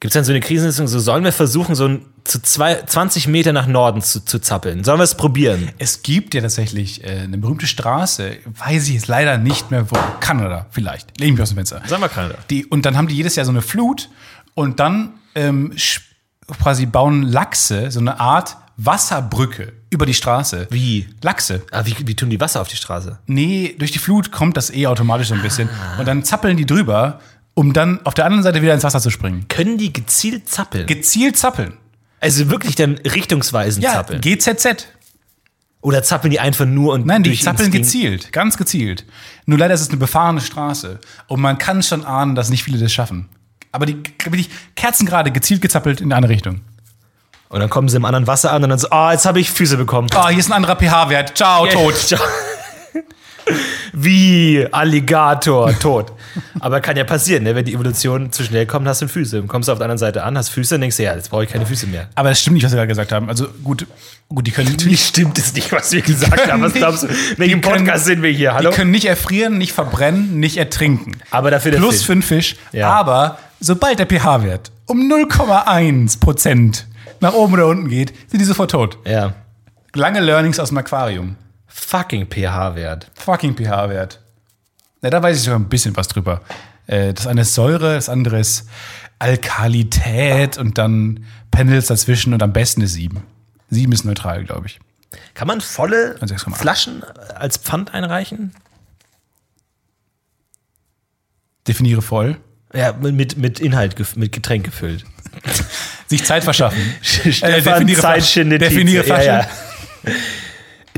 A: Gibt es dann so eine Krisensitzung, so sollen wir versuchen, so ein, zu zwei, 20 Meter nach Norden zu, zu zappeln? Sollen wir es probieren?
B: Es gibt ja tatsächlich äh, eine berühmte Straße, weiß ich jetzt leider nicht mehr wo. Kanada vielleicht. Lehne mich aus dem Fenster.
A: Sagen wir Kanada.
B: Die, und dann haben die jedes Jahr so eine Flut und dann ähm, sch- quasi bauen Lachse so eine Art Wasserbrücke über die Straße.
A: Wie?
B: Lachse.
A: Ah, wie, wie tun die Wasser auf die Straße?
B: Nee, durch die Flut kommt das eh automatisch so ein bisschen.
A: Ah.
B: Und dann zappeln die drüber, um dann auf der anderen Seite wieder ins Wasser zu springen.
A: Können die gezielt zappeln?
B: Gezielt zappeln.
A: also wirklich dann richtungsweisend zappeln?
B: GZZ.
A: Oder zappeln die einfach nur und
B: Nein, die
A: durch
B: zappeln
A: Instinkt-
B: gezielt, ganz gezielt. Nur leider ist es eine befahrene Straße. Und man kann schon ahnen, dass nicht viele das schaffen. Aber die bin ich kerzengerade gezielt gezappelt in eine Richtung.
A: Und dann kommen sie im anderen Wasser an und dann so, ah, jetzt habe ich Füße bekommen.
B: Ah, hier ist ein anderer pH-Wert. Ciao, tot.
A: Ciao. [laughs] Wie Alligator, tot. Aber kann ja passieren, ne? wenn die Evolution zu schnell kommt, hast du Füße. Kommst du auf der anderen Seite an, hast Füße und denkst, dir, ja, jetzt brauche ich keine Füße mehr.
B: Aber es stimmt nicht, was wir gerade gesagt haben. Also gut, gut, die können
A: Natürlich stimmt es nicht, was wir gesagt
B: können
A: haben. Was
B: nicht-
A: glaubst du?
B: die
A: Welchen
B: können-
A: Podcast sind wir hier? Hallo?
B: Die können nicht erfrieren, nicht verbrennen, nicht ertrinken.
A: Aber dafür der
B: Plus
A: Fisch.
B: für den Fisch.
A: Ja.
B: Aber sobald der pH-Wert um 0,1 Prozent nach oben oder unten geht, sind die sofort tot.
A: Ja.
B: Lange Learnings aus dem Aquarium.
A: Fucking pH-Wert.
B: Fucking pH-Wert. Na, da weiß ich sogar ein bisschen was drüber. Äh, Das eine ist Säure, das andere ist Alkalität und dann Panels dazwischen und am besten ist 7. 7 ist neutral, glaube ich.
A: Kann man volle
B: 6,8.
A: Flaschen als Pfand einreichen?
B: Definiere voll.
A: Ja, mit, mit Inhalt, gef- mit Getränk gefüllt.
B: [laughs] Sich Zeit verschaffen.
A: Stefan
B: Äh, definiere Flaschen.
A: Zeitschinde
B: Definiere
A: Tietze. Ja,
B: Flaschen.
A: ja. [laughs]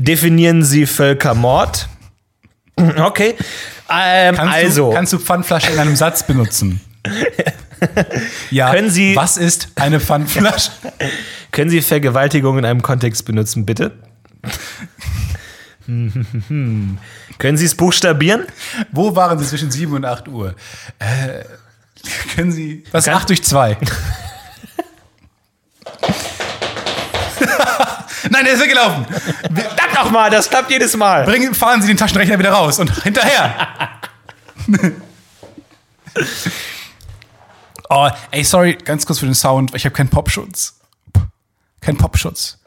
A: Definieren Sie Völkermord? [clears throat] Okay. Ähm,
B: Kannst,
A: also,
B: du, kannst du Pfandflasche in einem Satz
A: [laughs]
B: benutzen? ja.
A: Können Sie-
B: Was ist eine Pfandflasche?
A: können Sie Vergewaltigung in einem Kontext benutzen,
B: [laughs]
A: bitte? Hm, hm, hm, hm. können Sie es buchstabieren?
B: Wo waren Sie zwischen 7 und 8 Uhr? Äh, können Sie. Was?
A: Kann-
B: 8
A: [laughs]
B: durch 2. Nein, der ist weggelaufen. Wir-
A: Sag doch mal, das klappt jedes Mal.
B: Bringen, fahren Sie den Taschenrechner wieder raus und hinterher. [laughs] oh, ey, sorry, ganz kurz für den Sound. Ich habe keinen Popschutz. Kein Popschutz.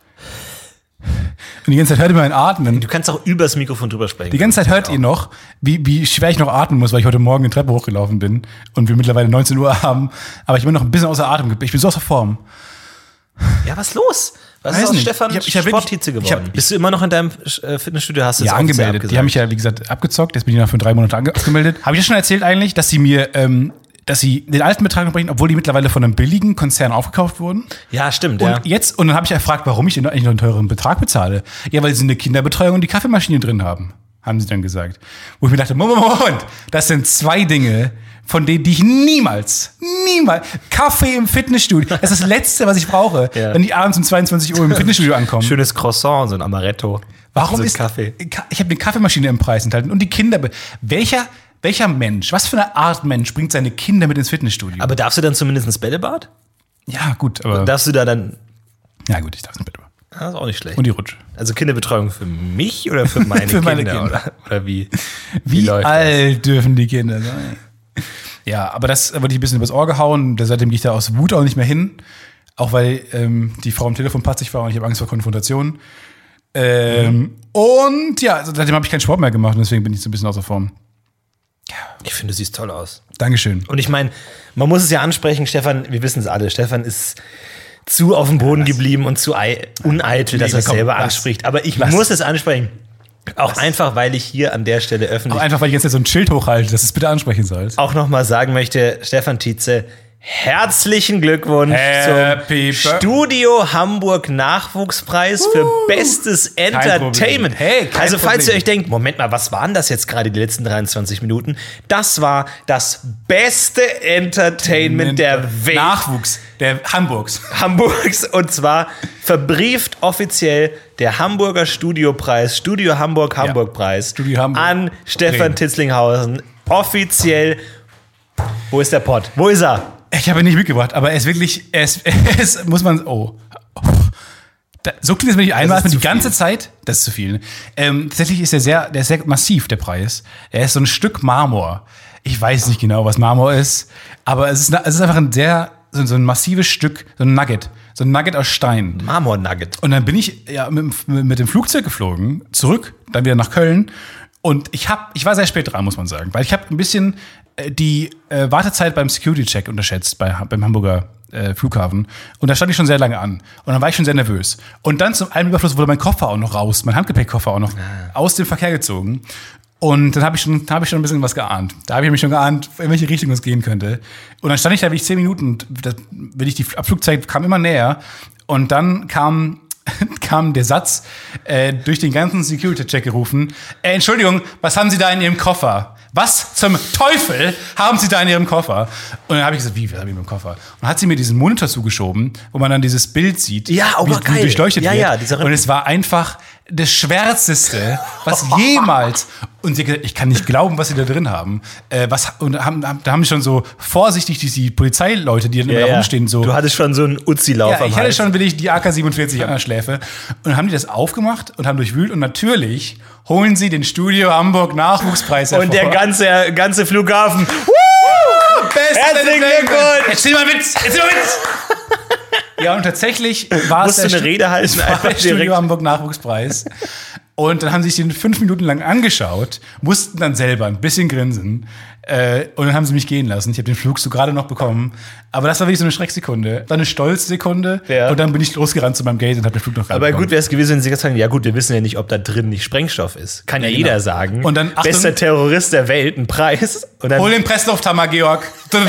B: Und die ganze Zeit hört ihr mein Atmen.
A: Du kannst auch übers Mikrofon drüber sprechen.
B: Die ganze Zeit hört ihr noch, wie, wie schwer ich noch atmen muss, weil ich heute Morgen eine Treppe hochgelaufen bin und wir mittlerweile 19 Uhr haben. Aber ich bin noch ein bisschen außer Atem. Ich bin so außer Form.
A: ja, was ist los? Was
B: Weiß
A: ist aus
B: nicht.
A: Stefan
B: Ich hab- ich hab wirklich-
A: Sporthitze
B: ich hab-
A: geworden? Bist du immer noch in deinem äh, Fitnessstudio? Hast du
B: Ja,
A: das offiziell
B: angemeldet. Die haben mich ja, wie gesagt, abgezockt. Jetzt bin ich noch für drei Monate ange abgemeldet. Habe ich das schon erzählt eigentlich, dass sie mir, ähm, dass sie den alten Betrag noch bringen, obwohl die mittlerweile von einem billigen Konzern aufgekauft wurden?
A: Ja, stimmt. ja.
B: Und jetzt, und dann habe ich erfragt, warum ich denn eigentlich noch einen teureren Betrag bezahle. Ja, weil sie eine Kinderbetreuung und die Kaffeemaschine drin haben, haben sie dann gesagt. Wo ich mir dachte, Moment, Moment, Moment, das sind zwei Dinge, von denen die ich niemals, niemals, Kaffee im Fitnessstudio, das ist das Letzte, was ich brauche,
A: Ja.
B: wenn ich abends um 22 Uhr im Fitnessstudio ankomme.
A: Schönes Croissant, so ein Amaretto.
B: Warum
A: so ein
B: ist
A: Also Kaffee?
B: Ka- Ich habe eine Kaffeemaschine im Preis enthalten und die Kinder. Welcher, welcher Mensch, was für eine Art Mensch bringt seine Kinder mit ins Fitnessstudio?
A: Aber darfst du dann zumindest ins Bällebad?
B: ja, gut, aber.
A: Darfst du da dann.
B: ja, gut, ich darf nicht drüber.
A: Das ist auch nicht schlecht.
B: Und die Rutsche.
A: also Kinderbetreuung für mich oder für meine
B: Für meine
A: Kinder?
B: Kinder.
A: Oder, oder wie?
B: Wie
A: läuft das?
B: alt dürfen die Kinder sein? Ja, aber das wurde ich ein bisschen übers Ohr gehauen. Da- Seitdem gehe ich da aus Wut auch nicht mehr hin. Auch weil ähm, die Frau am Telefon patzig war und ich habe Angst vor Konfrontationen. Ähm, Und ja, also seitdem habe ich keinen Sport mehr gemacht und deswegen bin ich so ein bisschen außer Form.
A: Ich finde, du siehst toll aus.
B: Dankeschön.
A: Und ich meine, man muss es ja ansprechen, Stefan, wir wissen es alle, Stefan ist zu auf dem Boden geblieben und zu ei uneitel, dass
B: Nee,
A: er es
B: komm,
A: selber
B: lass.
A: anspricht. Aber ich
B: Lass.
A: muss es ansprechen. Auch einfach, weil ich hier an der Stelle öffentlich
B: Einfach weil ich jetzt so ein Schild hochhalte, dass es bitte ansprechen soll.
A: auch nochmal sagen möchte, Stefan Tietze, Herzlichen Glückwunsch
B: Happy
A: zum
B: Bir-
A: Studio Hamburg Nachwuchspreis für bestes Entertainment.
B: Problem. Hey, kein
A: also falls ihr
B: Problem.
A: euch denkt, Moment mal, was waren das jetzt gerade die letzten 23 Minuten? Das war das beste Entertainment der Welt
B: Nachwuchs, der Hamburgs.
A: Hamburgs und zwar verbrieft offiziell der Hamburger Studiopreis, Studio Hamburg Hamburg Preis
B: Studio Hamburg.
A: an Stefan
B: Bremen.
A: Titzlinghausen offiziell. Wo ist der Pott? Wo ist er?
B: Ich habe ihn nicht mitgebracht, aber er ist wirklich, er ist, [laughs] er ist muss man, oh. Da, so klingt es, wenn ich einmal die
A: zu
B: ganze Zeit, das ist zu viel. ne? Ähm, tatsächlich ist er sehr, der ist sehr massiv, der Preis. Er ist so ein Stück Marmor. Ich weiß nicht genau, was Marmor ist, aber es ist, na- es ist einfach ein sehr, so, so ein massives Stück, so ein Nugget, so ein Nugget aus Stein.
A: Marmor-Nugget.
B: Und dann bin ich ja, mit, dem- mit dem Flugzeug geflogen, zurück, dann wieder nach Köln. Und ich hab, ich war sehr spät dran, muss man sagen, weil ich habe ein bisschen äh, die äh, Wartezeit beim Security-Check unterschätzt, bei, Ha- beim Hamburger äh, Flughafen. Und da stand ich schon sehr lange an. Und dann war ich schon sehr nervös. Und dann zum allem Überfluss wurde mein Koffer auch noch raus, mein Handgepäckkoffer auch noch aus dem Verkehr gezogen. Und dann habe ich, schon, da hab ich schon ein bisschen was geahnt. Da habe ich mich schon geahnt, in welche Richtung es gehen könnte. Und dann stand ich da wirklich zehn Minuten und das, wenn ich die Abflugzeit kam immer näher. Und dann kam, [laughs] kam der Satz äh, durch den ganzen Security-Check gerufen. Äh, Entschuldigung, was haben Sie da in Ihrem Koffer? Was zum Teufel haben Sie da in Ihrem Koffer? Und dann habe ich gesagt, wie, was habe ich in meinem Koffer? Und dann hat sie mir diesen Monitor zugeschoben, wo man dann dieses Bild sieht,
A: Ja, oh,
B: wie,
A: geil.
B: wie durchleuchtet
A: Ja,
B: wird.
A: ja, dieser-
B: Und es war einfach das Schwärzeste,
A: [laughs]
B: was jemals. Und sie hat gesagt, ich kann nicht glauben, was sie da drin haben. Äh, was, und haben, haben, da haben schon so vorsichtig die, die Polizeileute, die dann immer da rumstehen, so.
A: Du hattest schon so einen Uzi-Lauf
B: Ja,
A: am
B: ich hatte
A: Hals.
B: schon wirklich die AK-47 an der Schläfe. Und dann haben die das aufgemacht und haben durchwühlt. Und natürlich holen sie den Studio Hamburg Nachwuchspreis hervor.
A: Und der ganze, ganze Flughafen.
B: Beste
A: Herzlichen
B: Entertainment.
A: Glückwunsch.
B: Erzähl mal mit! Erzähl mal mit! Ja, und tatsächlich war es
A: Musst du
B: der
A: eine Rede halten,
B: es war
A: einfach
B: der Studio
A: direkt.
B: Hamburg Nachwuchspreis. Und dann haben sie sich den fünf Minuten lang angeschaut, mussten dann selber ein bisschen grinsen. Äh, und dann haben sie mich gehen lassen. Ich habe den Flug so gerade noch bekommen. Aber das war wirklich so eine Schrecksekunde. Dann eine Stolzsekunde.
A: Ja.
B: Und dann bin ich losgerannt zu meinem Gate und habe den Flug noch gerade
A: Aber
B: bekommen.
A: gut wäre es gewesen, wenn sie gesagt hätten, ja gut, wir wissen ja nicht, ob da drin nicht Sprengstoff ist. Kann ja,
B: Ja,
A: jeder
B: genau.
A: sagen.
B: Und dann, Achtung.
A: Bester Terrorist der Welt, ein Preis. Und dann,
B: Hol
A: und
B: den Presslufthammer, Georg. [laughs]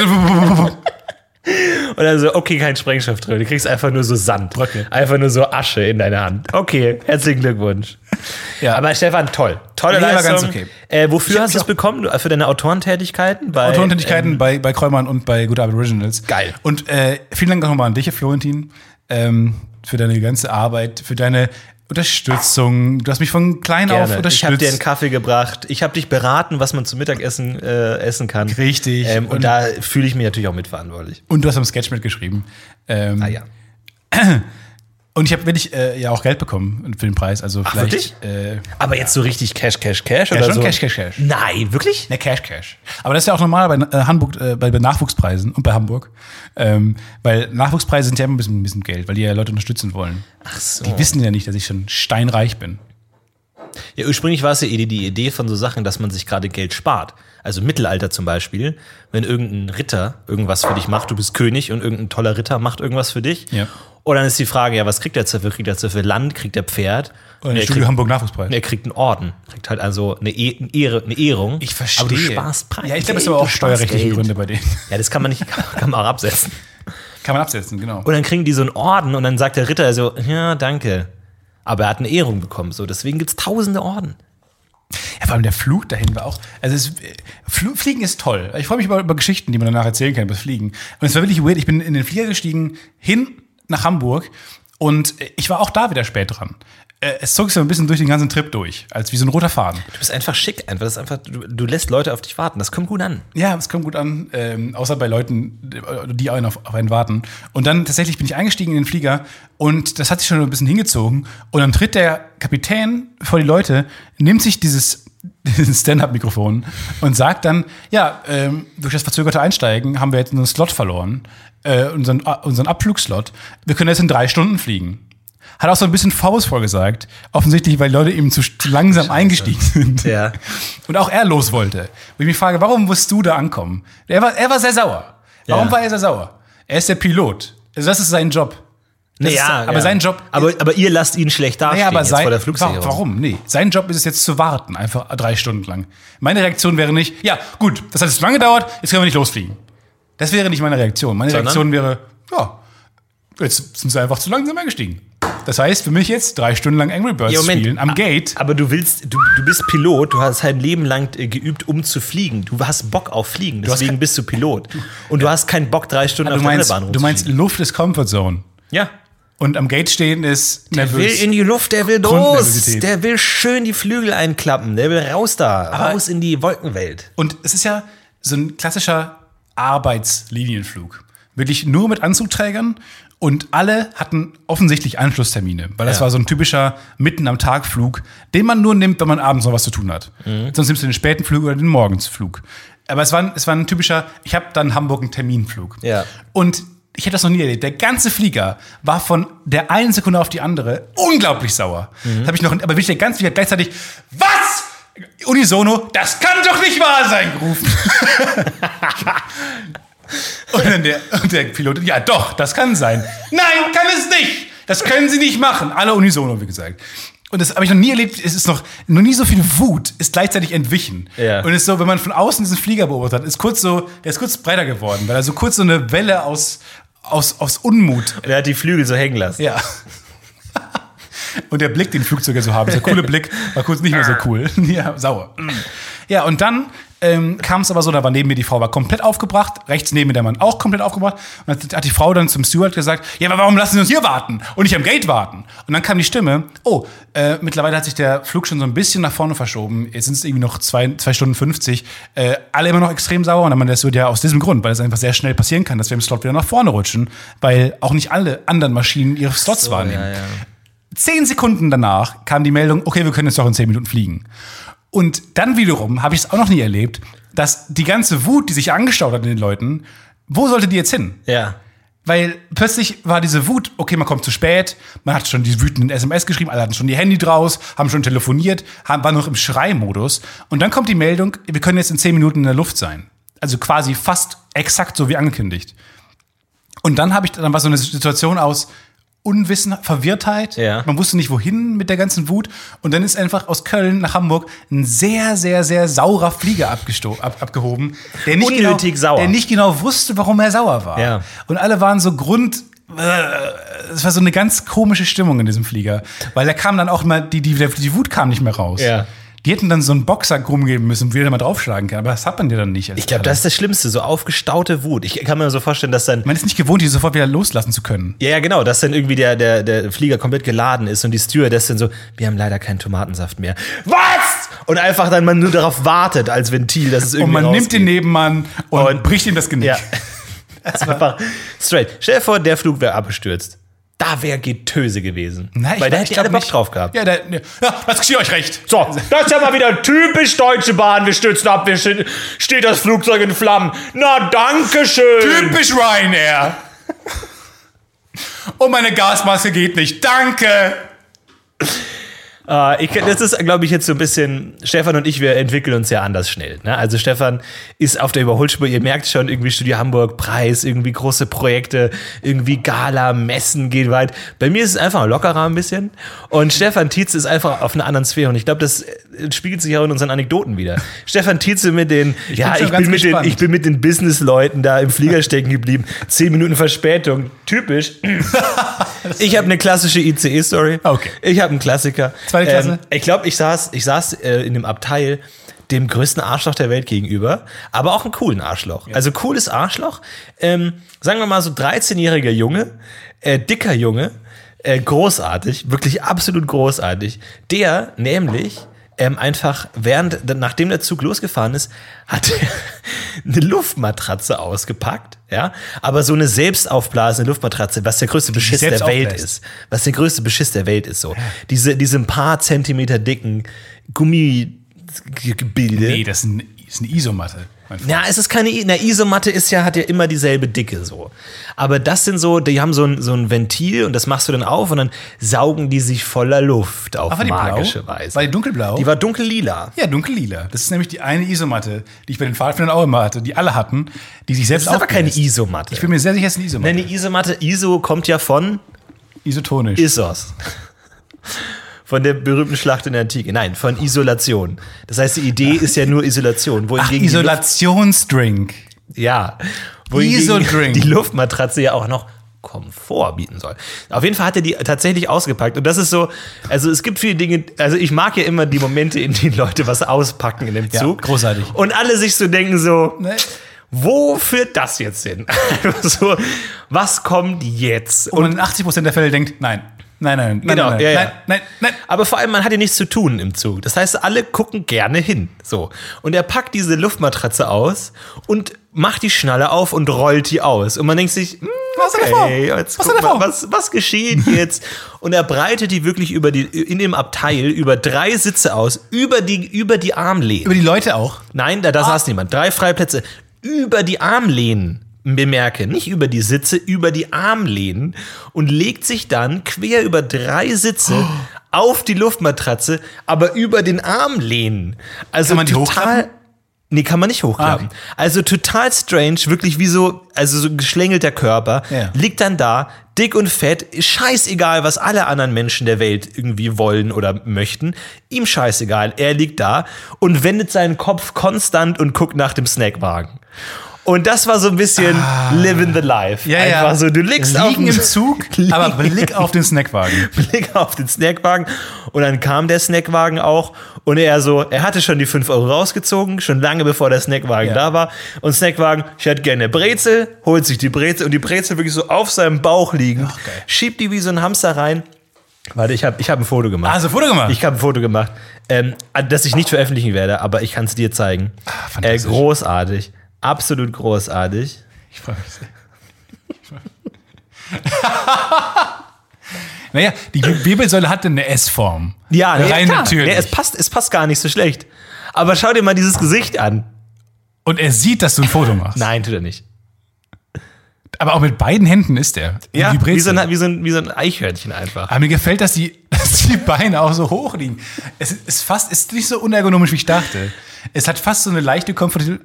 A: dann so, okay, kein Sprengstoff drin. Du kriegst einfach nur so Sand.
B: Bröcke.
A: Einfach nur so Asche in deine Hand. Okay, herzlichen Glückwunsch.
B: Ja.
A: Aber Stefan, toll. Tolle
B: Nee, war
A: Leistung.
B: ganz okay.
A: äh, wofür
B: Ich hab
A: hast du es
B: mich
A: bekommen? Für deine Autorentätigkeiten? Bei,
B: Autorentätigkeiten bei, bei Kräumann und bei Good Arbeit Originals.
A: Äh, ähm, Geil.
B: Und äh, vielen Dank auch nochmal an dich, Florentin, ähm, für deine ganze Arbeit, für deine Unterstützung. Du hast mich von klein auf
A: Gerne. Ich habe
B: unterstützt.
A: dir einen Kaffee gebracht. Ich habe dich beraten, was man zum Mittagessen äh, essen kann.
B: Richtig.
A: Ähm, und,
B: Und-
A: da fühle ich mich natürlich auch mitverantwortlich.
B: und du hast am Sketch mitgeschrieben. Ähm,
A: Ah ja.
B: Und ich habe wirklich äh, ja auch Geld bekommen für den Preis. Also
A: wirklich?
B: vielleicht. Äh,
A: Aber jetzt so richtig Cash, Cash, Cash
B: Ja,
A: oder
B: schon
A: so?
B: Cash, Cash, Cash.
A: Nein, wirklich?
B: Ne, Cash, Cash. Aber das ist ja auch normal bei äh, Hamburg, äh, bei, bei Nachwuchspreisen und bei Hamburg. Ähm, weil Nachwuchspreise sind ja immer ein bisschen, ein bisschen Geld, weil die ja Leute unterstützen wollen.
A: Ach so.
B: Die wissen ja nicht, dass ich schon steinreich bin.
A: Ja, ursprünglich war es ja eh die Idee von so Sachen, dass man sich gerade Geld spart. Also im Mittelalter zum Beispiel, wenn irgendein Ritter irgendwas für dich macht, du bist König und irgendein toller Ritter macht irgendwas für dich.
B: Ja.
A: Und dann ist die Frage, ja, was kriegt er dafür? Kriegt er dafür Land? Kriegt er Pferd?
B: Und
A: er
B: Studio
A: kriegt,
B: Hamburg Nachwuchspreis.
A: er kriegt einen Orden. Kriegt halt also eine, e eine Ehre, eine Ehrung.
B: Ich verstehe.
A: Aber du sparst Preis.
B: Ja, ich glaube, es sind aber auch steuerrechtliche Gründe bei denen. [laughs]
A: Ja, das kann man nicht, [laughs] kann, kann man auch absetzen.
B: Kann man absetzen, genau.
A: Und dann kriegen die so einen Orden und dann sagt der Ritter so, ja, danke. Aber er hat eine Ehrung bekommen, so. Deswegen gibt's tausende Orden.
B: Ja, vor allem der Flug dahin war auch. Also es, Fl Fliegen ist toll. Ich freue mich über, über Geschichten, die man danach erzählen kann über das Fliegen. Und es war wirklich weird. Ich bin in den Flieger gestiegen, hin nach Hamburg und äh, ich war auch da wieder spät dran. Äh, Es zog sich so ein bisschen durch den ganzen Trip durch, als wie so ein roter Faden.
A: Du bist einfach schick, einfach. Das ist einfach du, du lässt Leute auf dich warten. Das kommt gut an.
B: Ja, es kommt gut an, ähm, außer bei Leuten, die einen auf, auf einen warten. Und dann tatsächlich bin ich eingestiegen in den Flieger und das hat sich schon ein bisschen hingezogen. Und dann tritt der Kapitän vor die Leute, nimmt sich dieses, [laughs] dieses Stand-up-Mikrofon und sagt dann, ja, ähm, durch das verzögerte Einsteigen haben wir jetzt unseren Slot verloren, äh, unseren, unseren Abflugslot. Wir können jetzt in drei Stunden fliegen. Hat auch so ein bisschen vorwurfsvoll gesagt. Offensichtlich, weil die Leute eben zu, zu langsam eingestiegen sind.
A: Ja.
B: Und auch er los wollte. Wo ich mich frage, warum musst du da ankommen? Er war, er war sehr sauer. Warum
A: Ja.
B: war er sehr sauer? Er ist der Pilot. Also das ist sein Job. Das ist, aber sein Job.
A: Aber, aber ihr lasst ihn schlecht dastehen
B: naja, aber
A: jetzt
B: sein,
A: vor der Flugsicherung.
B: wa- warum? Nee, sein Job ist es jetzt zu warten, einfach drei Stunden lang. Meine Reaktion wäre nicht, ja, gut, das hat jetzt lange gedauert, jetzt können wir nicht losfliegen. Das wäre nicht meine Reaktion. Meine
A: Sondern?
B: Reaktion wäre, ja, jetzt sind sie einfach zu langsam eingestiegen. Das heißt für mich jetzt drei Stunden lang Angry Birds
A: Ja, Moment. Ah,
B: spielen am Gate.
A: Aber du willst, du, du bist Pilot, du hast dein Leben lang äh, geübt, um zu fliegen. Du hast Bock auf Fliegen,
B: hast
A: deswegen
B: kein- Ah,
A: bist du Pilot. Und du hast keinen Bock, drei Stunden
B: Du
A: auf der
B: meinst,
A: Landebahn
B: du meinst Luft ist Comfort Zone.
A: Ja.
B: Und am Gate stehen ist
A: Der will
B: nervös.
A: in die Luft, der will los,
B: Grundnervosität.
A: der will schön die Flügel einklappen, der will raus da, raus in die Wolkenwelt.
B: Und es ist ja so ein klassischer Arbeitslinienflug. Wirklich nur mit Anzugträgern und alle hatten offensichtlich Anschlusstermine, weil das
A: Ja.
B: war so ein typischer mitten am Tag Flug, den man nur nimmt, wenn man abends noch was zu tun hat.
A: Mhm.
B: Sonst nimmst du den späten Flug oder den Morgensflug. Aber es war, ein- es war ein typischer, ich habe dann Hamburg einen Terminflug.
A: Ja.
B: Und ich hätte das noch nie erlebt. Der ganze Flieger war von der einen Sekunde auf die andere unglaublich sauer. Das habe ich noch, aber wirklich der ganze Flieger hat gleichzeitig, was? Unisono, das kann doch nicht wahr sein, gerufen. und dann der, und der Pilot, ja doch, das kann sein. Nein, kann es nicht. Das können sie nicht machen. Alle unisono, wie gesagt. Und das habe ich noch nie erlebt. Es ist noch, noch nie so viel Wut ist gleichzeitig entwichen.
A: Ja.
B: Und es ist so, wenn man von außen diesen Flieger beobachtet hat, ist kurz so, der ist kurz breiter geworden, weil er so kurz so eine Welle aus, aus, aus Unmut.
A: Der hat die Flügel so hängen lassen.
B: Ja. Und der Blick, den Flugzeuge so haben, dieser coole Blick, war kurz nicht mehr so cool. [laughs] Ja, sauer. Ja, und dann ähm, kam es aber so, da war neben mir die Frau, war komplett aufgebracht, rechts neben mir der Mann auch komplett aufgebracht. Und dann hat die Frau dann zum Steward gesagt, ja, aber warum lassen Sie uns hier warten und nicht am Gate warten? Und dann kam die Stimme, oh, äh, mittlerweile hat sich der Flug schon so ein bisschen nach vorne verschoben. Jetzt sind es irgendwie noch zwei, zwei Stunden 50. Äh, alle immer noch extrem sauer. Und dann meinte der Steward, ja, aus diesem Grund, weil es einfach sehr schnell passieren kann, dass wir im Slot wieder nach vorne rutschen, weil auch nicht alle anderen Maschinen ihre Slots wahrnehmen. Zehn Sekunden danach kam die Meldung, okay, wir können jetzt doch in zehn Minuten fliegen. Und dann wiederum habe ich es auch noch nie erlebt, dass die ganze Wut, die sich angestaut hat in den Leuten, wo sollte die jetzt hin?
A: Ja.
B: Weil plötzlich war diese Wut, okay, man kommt zu spät, man hat schon die wütenden SMS geschrieben, alle hatten schon die Handy draus, haben schon telefoniert, haben, waren noch im Schreimodus. Und dann kommt die Meldung, wir können jetzt in zehn Minuten in der Luft sein. Also quasi fast exakt so wie angekündigt. Und dann habe ich, dann war so eine Situation aus Unwissen, Verwirrtheit.
A: Ja.
B: Man wusste nicht, wohin mit der ganzen Wut. Und dann ist einfach aus Köln nach Hamburg ein sehr, sehr, sehr saurer Flieger abgesto ab abgehoben. Der nicht
A: Unnötig
B: genau,
A: sauer.
B: Der nicht genau wusste, warum er sauer war.
A: Ja.
B: Und alle waren so Grund. äh, Es war so eine ganz komische Stimmung in diesem Flieger. Weil da kam dann auch mal, die, die, die Wut kam nicht mehr raus.
A: Ja.
B: Die hätten dann so einen Boxsack rumgeben müssen, wie er da mal draufschlagen kann. Aber das hat man dir dann nicht.
A: Ich glaube, das ist das Schlimmste, so aufgestaute Wut. Ich kann mir so vorstellen, dass dann
B: Man ist nicht gewohnt, die sofort wieder loslassen zu können.
A: Ja, ja, genau, dass dann irgendwie der, der, der Flieger komplett geladen ist und die Stewardess dann so, wir haben leider keinen Tomatensaft mehr. Was? Und einfach dann man nur darauf wartet als Ventil, dass es irgendwie
B: Und man nimmt
A: rausgeht.
B: den Nebenmann und,
A: Und-
B: bricht ihm das Genick.
A: Ja. [laughs] Das war einfach straight. Stell dir vor, der Flug wäre abgestürzt. Da wäre Getöse gewesen.
B: Na, ich
A: Weil da
B: glaub-
A: hätte
B: ich
A: ich alle
B: glaub
A: Bock
B: nicht.
A: drauf gehabt.
B: Ja, da, ja, das geschieht euch recht.
A: So, das ist ja mal wieder typisch Deutsche Bahn. Wir stürzen ab, wir ste- steht das Flugzeug in Flammen. Na, danke schön. [laughs]
B: Typisch Ryanair. Und meine Gasmaske geht nicht. Danke.
A: Äh, ich, das ist, glaube ich, jetzt so ein bisschen, Stefan und ich, wir entwickeln uns ja anders schnell. Ne? Also Stefan ist auf der Überholspur, ihr merkt schon, irgendwie Studio Hamburg, Preis, irgendwie große Projekte, irgendwie Gala, Messen geht weit. Bei mir ist es einfach lockerer ein bisschen. Und Stefan Tietze ist einfach auf einer anderen Sphäre. Und ich glaube, das äh, spiegelt sich auch in unseren Anekdoten
B: [laughs]
A: wieder. Stefan Tietze mit den, ja,
B: bin schon
A: ich
B: ganz
A: bin, mit den,
B: gespannt.
A: ich bin mit den Businessleuten da im
B: [laughs]
A: Flieger stecken geblieben. Zehn Minuten Verspätung, typisch. Ich habe eine klassische ICE-Story.
B: Okay.
A: Ich habe einen Klassiker.
B: Zweite Klasse?
A: Ähm, ich glaube, ich saß, ich saß äh, in dem Abteil dem größten Arschloch der Welt gegenüber, aber auch einen coolen Arschloch. Also cooles Arschloch. Ähm, sagen wir mal so 13-jähriger Junge, äh, dicker Junge, äh, großartig, wirklich absolut großartig. Der nämlich ähm, einfach während, nachdem der Zug losgefahren ist, hat er [laughs] eine Luftmatratze ausgepackt, ja, aber so eine selbst aufblasende Luftmatratze, was der größte Beschiss der
B: selbst
A: Welt
B: aufbläst.
A: ist was der größte Beschiss der Welt ist. So diese, diese ein paar Zentimeter dicken Gummigebilde.
B: Nee, das ist, ein, ist eine Isomatte. Mein Freund.
A: Ja, es ist keine, I- na, Isomatte ist ja, hat ja immer dieselbe Dicke so. Aber das sind so, die haben so ein, so ein Ventil und das machst du dann auf und dann saugen die sich voller Luft auf
B: Ah, war die blau?
A: magische Weise.
B: War die dunkelblau?
A: Die war dunkellila.
B: ja, dunkellila. Das ist nämlich die eine Isomatte, die ich bei den Pfadfindern auch immer hatte, die alle hatten, die sich selbst
A: Das ist aber keine
B: aufbläst.
A: Isomatte.
B: Ich bin mir sehr sicher, es ist eine Isomatte.
A: Nein, die Isomatte, Iso kommt ja von
B: Isotonisch.
A: Issos. Von der berühmten Schlacht in der Antike. Nein, von Isolation. Das heißt, die Idee ist ja nur Isolation.
B: Ach,
A: Wohingegen die Luft-
B: Isolationsdrink.
A: Ja. wohingegen
B: Isodrink.
A: die Luftmatratze ja auch noch Komfort bieten soll. Auf jeden Fall hat er die tatsächlich ausgepackt. Und das ist so, also es gibt viele Dinge, also ich mag ja immer die Momente, in denen Leute was auspacken in dem
B: Ja,
A: Zug.
B: großartig.
A: Und alle sich so denken so,
B: Ne?
A: wo führt das jetzt hin? [laughs] so, was kommt jetzt?
B: Und in 80% der Fälle denkt, nein, nein, nein, nein,
A: Genau,
B: nein,
A: ja, ja.
B: nein, nein, nein.
A: Aber vor allem, man hat ja nichts zu tun im Zug. Das heißt, alle gucken gerne hin. So. Und er packt diese Luftmatratze aus und macht die Schnalle auf und rollt die aus. Und man denkt sich, hm,
B: Was hat er
A: okay,
B: vor?
A: jetzt
B: Was
A: was,
B: hat er
A: guck mal,
B: vor?
A: was, was
B: [laughs]
A: geschieht jetzt? und er breitet die wirklich über die, in dem Abteil über drei Sitze aus, über die, über die Armlehnen.
B: Über die Leute auch.
A: Nein, da, da
B: Ah.
A: saß niemand. Drei freie Plätze über die Armlehnen. Bemerke, nicht über die Sitze, über die Armlehnen und legt sich dann quer über drei Sitze
B: Oh.
A: auf die Luftmatratze, aber über den Armlehnen. Also
B: Kann man die hochklappen?
A: total. Nee, kann man nicht hochklappen.
B: Ah,
A: Also total strange, wirklich wie so, also so ein geschlängelter Körper,
B: Ja.
A: liegt dann da, dick und fett, scheißegal, was alle anderen Menschen der Welt irgendwie wollen oder möchten. Ihm scheißegal, er liegt da und wendet seinen Kopf konstant und guckt nach dem Snackwagen. Und das war so ein bisschen living the life.
B: Ah. Ja, ja.
A: Einfach so, du liegst auf
B: Liegen
A: dem [laughs]
B: im Zug, aber Blick auf den Snackwagen.
A: Blick auf den Snackwagen und dann kam der Snackwagen auch und er so, er hatte schon die 5 Euro rausgezogen, schon lange bevor der Snackwagen
B: Ja.
A: da war und Snackwagen, ich hätte gerne Brezel, holt sich die Brezel und die Brezel wirklich so auf seinem Bauch liegend,
B: Ach, geil.
A: schiebt die wie so ein Hamster rein. Warte, ich habe ich hab ein Foto gemacht.
B: Hast du ein Foto gemacht?
A: Ich habe ein Foto gemacht, ähm, das ich nicht veröffentlichen werde, aber ich kann es dir zeigen. äh,
B: Ah, fantastisch.
A: großartig, absolut großartig.
B: Ich freue mich sehr. Ich freu mich. [laughs] naja, die Wirbelsäule hatte eine S-Form.
A: Ja, nee,
B: rein
A: klar.
B: natürlich.
A: Nee, es passt, es passt gar nicht so schlecht. Aber schau dir mal dieses Gesicht an.
B: Und er sieht, dass du ein Foto machst.
A: Nein, tut er nicht.
B: Aber auch mit beiden Händen ist er.
A: Ja,
B: die halt-
A: wie so,
B: Brezel.
A: ein, wie, so ein, wie so ein Eichhörnchen einfach.
B: Aber mir gefällt, dass die, [laughs] dass die Beine auch so hoch liegen. Es ist- ist fast, ist nicht so unergonomisch, wie ich dachte. Es hat fast so eine leichte Komfortabil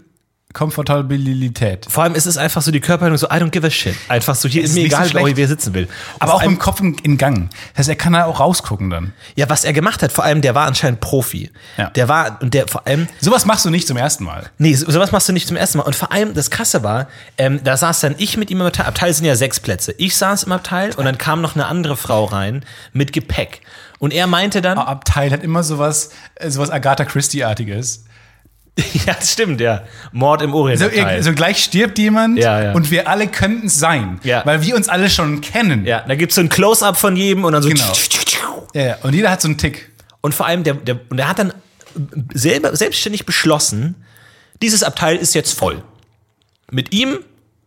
B: Komfortabilität.
A: Vor allem ist es einfach so die Körperhaltung so, I don't give a shit. Einfach so, hier ist
B: Es ist
A: mir
B: nicht
A: egal,
B: so
A: wo
B: schlecht.
A: wer sitzen will.
B: Aber
A: Vor
B: auch
A: allem,
B: im Kopf in, in Gang. Das heißt, er kann da auch rausgucken dann.
A: Ja, was er gemacht hat, vor allem, der war anscheinend Profi.
B: Ja.
A: Der war, und der vor allem,
B: Sowas machst du nicht zum ersten Mal.
A: Nee, so- sowas machst du nicht zum ersten Mal. Und vor allem, das Krasse war, ähm, da saß dann ich mit ihm im Abteil. Abteil sind ja sechs Plätze. Ich saß im Abteil und dann kam noch eine andere Frau rein mit Gepäck. Und er meinte dann,
B: Abteil hat immer sowas, äh, sowas Agatha Christie-artiges.
A: [laughs] ja, das stimmt, ja, Mord im Orient.
B: So,
A: Abteil.
B: ir- so gleich stirbt jemand
A: Ja, ja.
B: und wir alle könnten es sein,
A: Ja.
B: weil wir uns alle schon kennen.
A: ja, da gibt's so ein Close-Up von jedem und dann so.
B: Genau. Ja, ja. Und jeder hat so einen Tick.
A: Und vor allem, der, der, und er hat dann selber, selbstständig beschlossen, dieses Abteil ist jetzt voll. Mit ihm,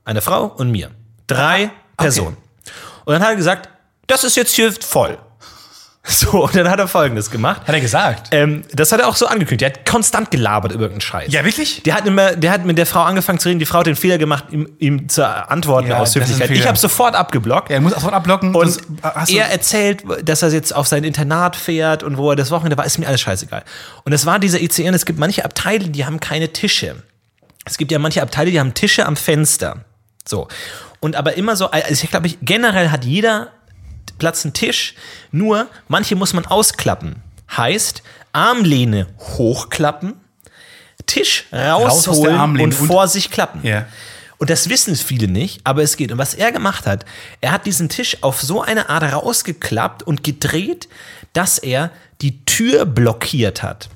A: einer Frau und mir. Drei
B: Ah,
A: Personen. Und dann hat er gesagt, das ist jetzt hier voll. [laughs] So, und dann hat er Folgendes gemacht.
B: Hat er gesagt?
A: Ähm, das hat er auch so angekündigt. Er hat konstant gelabert über irgendeinen Scheiß.
B: Ja, wirklich?
A: Der hat, immer, der hat mit der Frau angefangen zu reden, die Frau hat den Fehler gemacht, ihm, ihm zu antworten
B: Ja,
A: aus
B: das ist ein
A: Höflichkeit. Ich
B: Fehler.
A: habe sofort abgeblockt.
B: Ja, er muss auch sofort abblocken.
A: Und
B: sonst äh, hast du-
A: er erzählt, dass er jetzt auf sein Internat fährt und wo er das Wochenende war, ist mir alles scheißegal. Und es war dieser ICE und es gibt manche Abteile, die haben keine Tische. Es gibt ja manche Abteile, die haben Tische am Fenster. So. Und aber immer so, also ich glaube, ich, generell hat jeder Platz einen Tisch, nur manche muss man ausklappen. Heißt, Armlehne hochklappen, Tisch
B: aus der
A: rausholen
B: Armlehne
A: und
B: und-
A: vor sich klappen.
B: Ja.
A: Und das wissen viele nicht, aber es geht. Und was er gemacht hat, er hat diesen Tisch auf so eine Art rausgeklappt und gedreht, dass er die Tür blockiert hat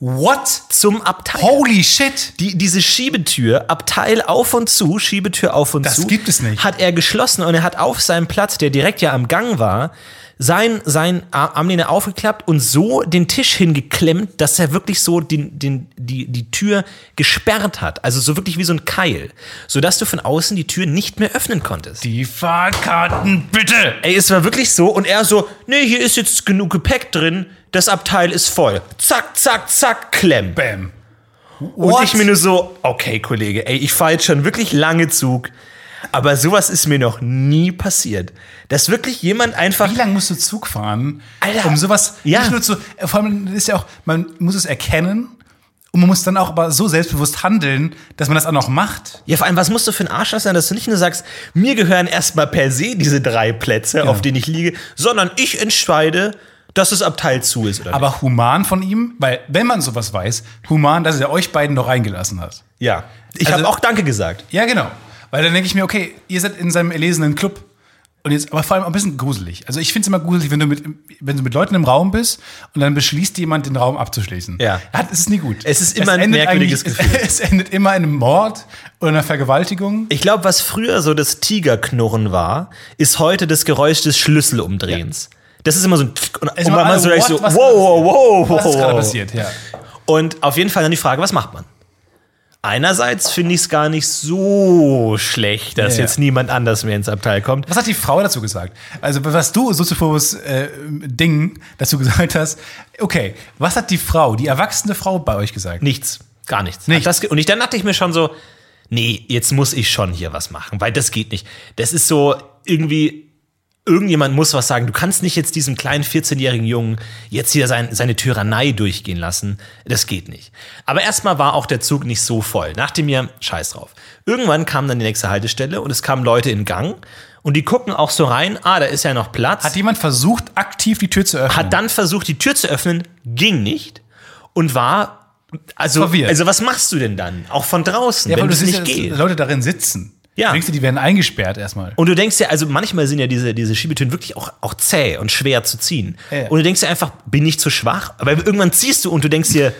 B: What?
A: zum Abteil.
B: Holy shit!
A: Die, diese Schiebetür, Abteil auf und zu, Schiebetür auf und
B: Das
A: zu.
B: gibt es nicht.
A: Hat er geschlossen und er hat auf seinem Platz, der direkt ja am Gang war, sein, sein Ar- Armlehne aufgeklappt und so den Tisch hingeklemmt, dass er wirklich so den, den, die, die Tür gesperrt hat. Also so wirklich wie so ein Keil. Sodass du von außen die Tür nicht mehr öffnen konntest.
B: Die Fahrkarten bitte!
A: Ey, es war wirklich so. Und er so, nee, hier ist jetzt genug Gepäck drin. Das Abteil ist voll. Zack, zack, zack, klemm.
B: Bam.
A: Und
B: What?
A: ich mir nur so, okay, Kollege, ey, ich fahre jetzt schon wirklich lange Zug. Aber sowas ist mir noch nie passiert. Dass wirklich jemand einfach.
B: Wie lange musst du Zug fahren,
A: Alter.
B: um sowas
A: Ja.
B: nicht nur zu. äh, Vor allem ist ja auch, man muss es erkennen und man muss dann auch aber so selbstbewusst handeln, dass man das auch noch macht.
A: Ja, vor allem, was musst du für ein Arschloch sein, dass du nicht nur sagst, mir gehören erstmal per se diese drei Plätze, auf denen ich liege, sondern ich entscheide, dass das Abteil zu ist, oder? nicht.
B: Aber human von ihm, weil wenn man sowas weiß, human, dass er euch beiden noch reingelassen hat.
A: ja. Ich
B: Also-
A: habe auch Danke gesagt.
B: Ja, genau. Weil dann denke ich mir, okay, ihr seid in seinem erlesenen Club. Und jetzt, aber vor allem ein bisschen gruselig. Also ich finde es immer gruselig, wenn du, mit, wenn du mit Leuten im Raum bist und dann beschließt jemand, den Raum abzuschließen.
A: Ja.
B: Hat, es ist nie gut.
A: Es ist immer ein
B: endet
A: merkwürdiges
B: eigentlich- [laughs] Es endet immer in einem Mord oder einer Vergewaltigung.
A: Ich glaube, was früher so das Tigerknurren war, ist heute das Geräusch des Schlüsselumdrehens. Das ist immer so ein Pfick und
B: Ist
A: und
B: immer
A: man
B: alle,
A: so gleich so,
B: what, was-
A: wow, wow, wow,
B: Was ist gerade
A: wow.
B: passiert? Ja.
A: Und auf jeden Fall dann die Frage, was macht man? Einerseits finde ich es gar nicht so schlecht, dass
B: Ja, ja.
A: jetzt niemand anders mehr ins Abteil kommt.
B: Was hat die Frau dazu gesagt? Also, was du, Soziophorbus äh, Ding, dazu gesagt hast, okay, was hat die Frau, die erwachsene Frau bei euch gesagt?
A: Nichts, gar nichts.
B: Nichts.
A: Das, ge- und ich, dann dachte ich mir schon so, nee, jetzt muss ich schon hier was machen, weil das geht nicht. Das ist so irgendwie, irgendjemand muss was sagen. Du kannst nicht jetzt diesem kleinen 14-jährigen Jungen jetzt hier sein, seine Tyrannei durchgehen lassen. Das geht nicht. Aber erstmal war auch der Zug nicht so voll. Dachte mir, scheiß drauf. Irgendwann kam dann die nächste Haltestelle und es kamen Leute in Gang und die gucken auch so rein, ah, da ist ja noch Platz.
B: Hat jemand versucht, aktiv die Tür zu öffnen?
A: hat dann versucht, die Tür zu öffnen, ging nicht und war also
B: Verwirrt.
A: also was machst du denn dann auch von draußen,
B: ja,
A: wenn
B: weil du
A: es
B: siehst ja,
A: nicht
B: dass
A: geht?
B: Leute darin sitzen.
A: Ja.
B: Denkst du, die werden eingesperrt erstmal.
A: Und du denkst dir, also manchmal sind ja diese, diese Schiebetüren wirklich auch, auch zäh und schwer zu ziehen.
B: Ja.
A: Und du denkst dir einfach, bin ich zu schwach? Aber irgendwann ziehst du und du denkst dir,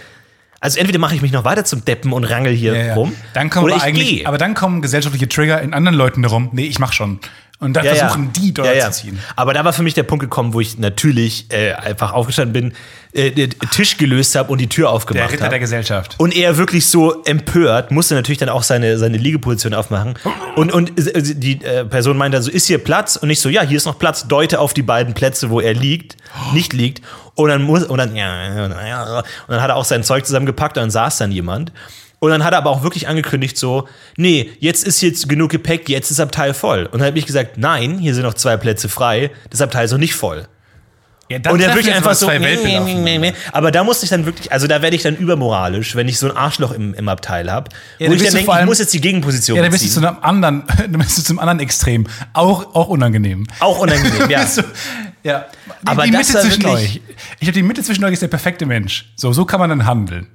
A: also entweder mache ich mich noch weiter zum Deppen und rangel hier
B: Ja, ja.
A: rum.
B: Dann kommen
A: oder
B: aber
A: ich
B: eigentlich,
A: gehe.
B: aber dann kommen gesellschaftliche Trigger in anderen Leuten herum. Nee, ich mach schon. Und dann versuchen die dort zu ziehen.
A: Aber da war für mich der Punkt gekommen, wo ich natürlich äh, einfach aufgestanden bin, äh, den Tisch gelöst habe und die Tür
B: Der
A: aufgemacht
B: Ritter der
A: habe.
B: Gesellschaft.
A: Und er wirklich so empört, musste natürlich dann auch seine, seine Liegeposition aufmachen. Und, und die äh, Person meinte dann so, ist hier Platz? Und ich so, ja, hier ist noch Platz, deute auf die beiden Plätze, wo er liegt, nicht liegt. Und dann muss, und dann, ja, ja, ja. und dann hat er auch sein Zeug zusammengepackt und dann saß dann jemand. Und dann hat er aber auch wirklich angekündigt so, nee, jetzt ist jetzt genug Gepäck, jetzt ist Abteil voll. Und dann habe ich gesagt, nein, hier sind noch zwei Plätze frei, das Abteil ist noch nicht voll.
B: Ja, dann
A: Und er
B: treffen
A: wirklich
B: jetzt
A: einfach
B: aber
A: so.
B: zwei
A: nee,
B: Weltbilder
A: nee, nee,
B: aufeinander.
A: nee. Aber da musste ich dann wirklich, also da werde ich dann übermoralisch, wenn ich so ein Arschloch im, im Abteil habe.
B: dann
A: wo ich
B: bist
A: dann
B: du
A: denke,
B: vor
A: ich
B: allem-
A: muss jetzt die Gegenposition
B: Ja, dann bist du
A: beziehen.
B: zu einem anderen, [laughs] dann bist du zum anderen Extrem. Auch, auch unangenehm.
A: Auch
B: [laughs]
A: unangenehm, ja.
B: so, Also, ja. Die,
A: Aber
B: die
A: das
B: Mitte
A: war
B: zwischen
A: wirklich-
B: euch. Ich glaube, die Mitte zwischen euch ist der perfekte Mensch. So, so kann man dann handeln.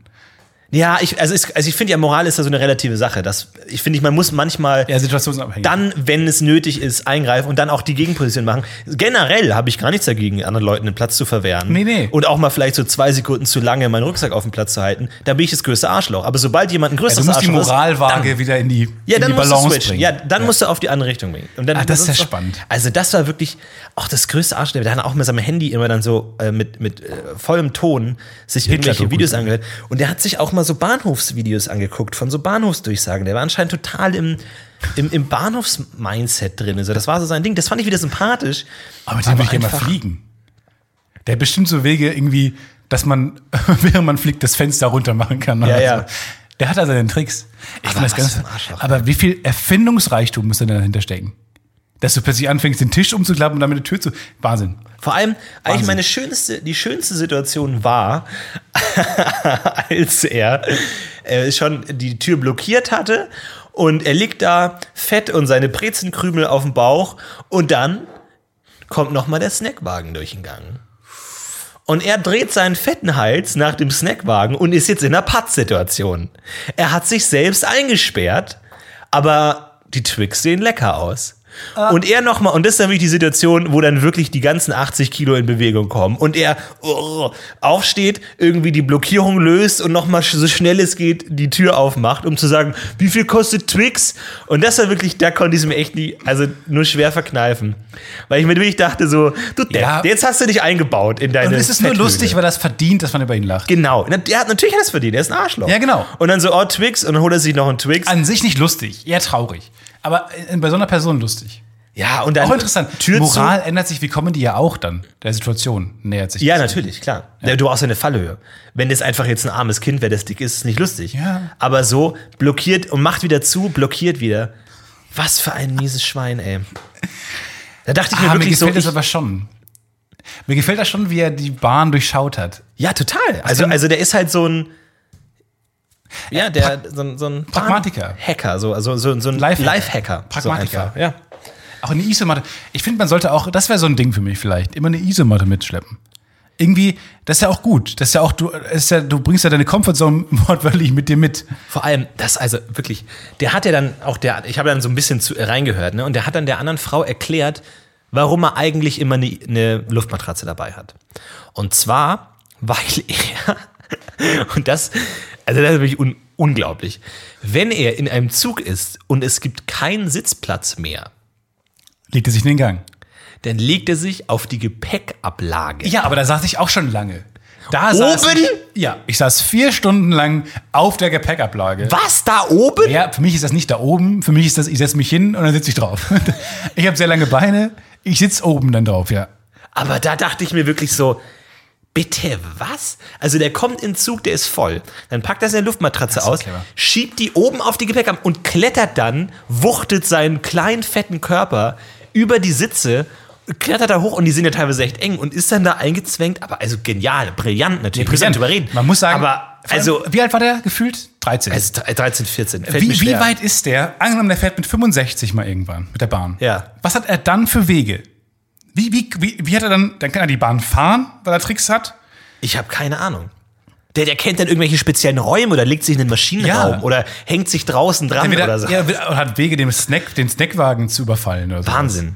A: Ja, ich, also, es- also ich finde ja, Moral ist ja so eine relative Sache. Das, ich finde, man muss manchmal
B: Ja, situationsabhängig.
A: dann, wenn es nötig ist, eingreifen und dann auch die Gegenposition machen. Generell habe ich gar nichts dagegen, anderen Leuten den Platz zu verwehren.
B: Nee, nee.
A: Und auch mal vielleicht so zwei Sekunden zu lange meinen Rucksack auf den Platz zu halten. Da bin ich das größte Arschloch. Aber sobald jemand ein
B: ja, du
A: größeres
B: musst die
A: Arschloch ist,
B: Moralwaage wieder in die,
A: Ja,
B: in
A: dann
B: die
A: musst du
B: Balance
A: switchen.
B: bringen.
A: Ja, dann musst du auf die andere Richtung bringen. Und dann,
B: Ah, das ist ja
A: war-
B: spannend.
A: Also das war wirklich auch das größte Arschloch. Der hat auch mit seinem Handy immer dann so äh, mit, mit äh, vollem Ton sich irgendwelche
B: Hitler-Dokus.
A: Videos angehört. Und der hat sich auch mal so Bahnhofsvideos angeguckt von so Bahnhofsdurchsagen. Der war anscheinend total im, im, im Bahnhofs-Mindset drin. Also das war so sein Ding. Das fand ich wieder sympathisch.
B: aber mit dem würde ich gerne mal
A: einfach-
B: fliegen. Der hat bestimmt so Wege irgendwie, dass man, [laughs] während man fliegt, das Fenster runter machen kann.
A: Ja,
B: Also,
A: ja.
B: Der hat also den Tricks. Ich
A: Aber
B: finde das
A: was
B: ganz,
A: für ein Arschloch.
B: aber wie viel Erfindungsreichtum muss denn dahinter stecken? Dass du plötzlich anfängst, den Tisch umzuklappen und damit eine Tür zu. Wahnsinn.
A: Vor allem, eigentlich
B: Wahnsinn.
A: meine schönste, die schönste Situation war, [laughs] als er äh, schon die Tür blockiert hatte und er liegt da fett und seine Brezenkrümel auf dem Bauch und dann kommt nochmal der Snackwagen durch den Gang. Und er dreht seinen fetten Hals nach dem Snackwagen und ist jetzt in einer Pattsituation. Er hat sich selbst eingesperrt, aber die Twix sehen lecker aus. Und er nochmal, und das ist dann wirklich die Situation, wo dann wirklich die ganzen 80 Kilo in Bewegung kommen. Und er oh, aufsteht, irgendwie die Blockierung löst und nochmal so schnell es geht die Tür aufmacht, um zu sagen, wie viel kostet Twix? Und das war wirklich, da konnte ich es mir echt nie, also nur schwer verkneifen. Weil ich mir wirklich dachte so, du Depp,
B: Ja.
A: jetzt hast du dich eingebaut in deine
B: Und es ist nur
A: Fetthöhle.
B: lustig, weil das verdient, dass man über ihn lacht.
A: Genau. Na, Der hat natürlich hat er es verdient, er ist ein Arschloch.
B: Ja, genau.
A: Und dann so, oh, Twix, und dann holt er sich noch einen Twix.
B: An sich nicht lustig, eher traurig. Aber in- bei so einer Person lustig.
A: ja, und dann.
B: Auch interessant.
A: Also, Tür
B: Moral ändert sich, wie Comedy ja auch dann. Der Situation nähert sich.
A: zu.
B: Ah,
A: Ja, natürlich, klar. Ja. Du brauchst ja eine Fallhöhe. Wenn das einfach jetzt ein armes Kind wäre, das dick ist, ist nicht lustig.
B: Ja.
A: Aber so blockiert und macht wieder zu, blockiert wieder. Was für ein mieses Schwein, ey. Da dachte ich mir
B: Ah, mir
A: wirklich so.
B: gefällt
A: Ich,
B: das aber schon. Mir gefällt das schon, wie er die Bahn durchschaut hat.
A: ja, total. Also,
B: dann-
A: also der ist halt so ein. Ja, der so, ein- so ein
B: Pragmatiker.
A: Hacker, so, also so, so ein
B: Lifehacker.
A: Lifehacker.
B: Pragmatiker.
A: So einfach, ja.
B: Auch eine Isomatte. Ich finde, man sollte auch, das wäre so ein Ding für mich vielleicht, immer eine Isomatte mitschleppen. irgendwie, das ist ja auch gut. Das ist ja auch, du, das ist ja, du bringst ja deine Comfortzone [laughs] wortwörtlich mit dir mit.
A: Vor allem, das also wirklich, der hat ja dann auch der, ich habe dann so ein bisschen zu, reingehört, ne? Und der hat dann der anderen Frau erklärt, warum er eigentlich immer eine ne Luftmatratze dabei hat. Und zwar, [laughs] weil er, und das, also das ist wirklich un, unglaublich, wenn er in einem Zug ist und es gibt keinen Sitzplatz mehr,
B: Legt er sich in den Gang.
A: dann legt er sich auf die Gepäckablage.
B: Ja, aber da saß ich auch schon lange. Da
A: Oben?
B: ich, ja, ich saß vier Stunden lang auf der Gepäckablage.
A: Was, da oben?
B: Ja, für mich ist das nicht da oben. Für mich ist das, ich setze mich hin und dann sitze ich drauf. [laughs] Ich habe sehr lange Beine. Ich sitze oben dann drauf, ja.
A: Aber da dachte ich mir wirklich so, bitte was? Also der kommt in den Zug, der ist voll. Dann packt er seine Luftmatratze aus,
B: clever.
A: schiebt die oben auf die Gepäckablage und klettert dann, wuchtet seinen kleinen, fetten Körper über die Sitze, klettert da hoch und die sind ja teilweise echt eng und ist dann da eingezwängt. Aber also genial, brillant natürlich. müssen wir nicht drüber reden.
B: Man muss sagen,
A: aber
B: vor allem,
A: also,
B: wie alt war der gefühlt? 13.
A: also 13, 14. Fällt mir
B: wie, wie
A: schwer.
B: weit ist der? Angenommen, der fährt mit 65 mal irgendwann mit der Bahn.
A: Ja.
B: Was hat er dann für Wege? Wie, wie, wie, wie hat er dann, dann kann er die Bahn fahren, weil er Tricks hat?
A: Ich habe keine Ahnung. Der, der kennt dann irgendwelche speziellen Räume oder legt sich in den Maschinenraum
B: Ja.
A: oder hängt sich draußen dran
B: Entweder-
A: oder so.
B: ja, oder hat Wege, dem Snack, den Snackwagen zu überfallen oder so.
A: Wahnsinn.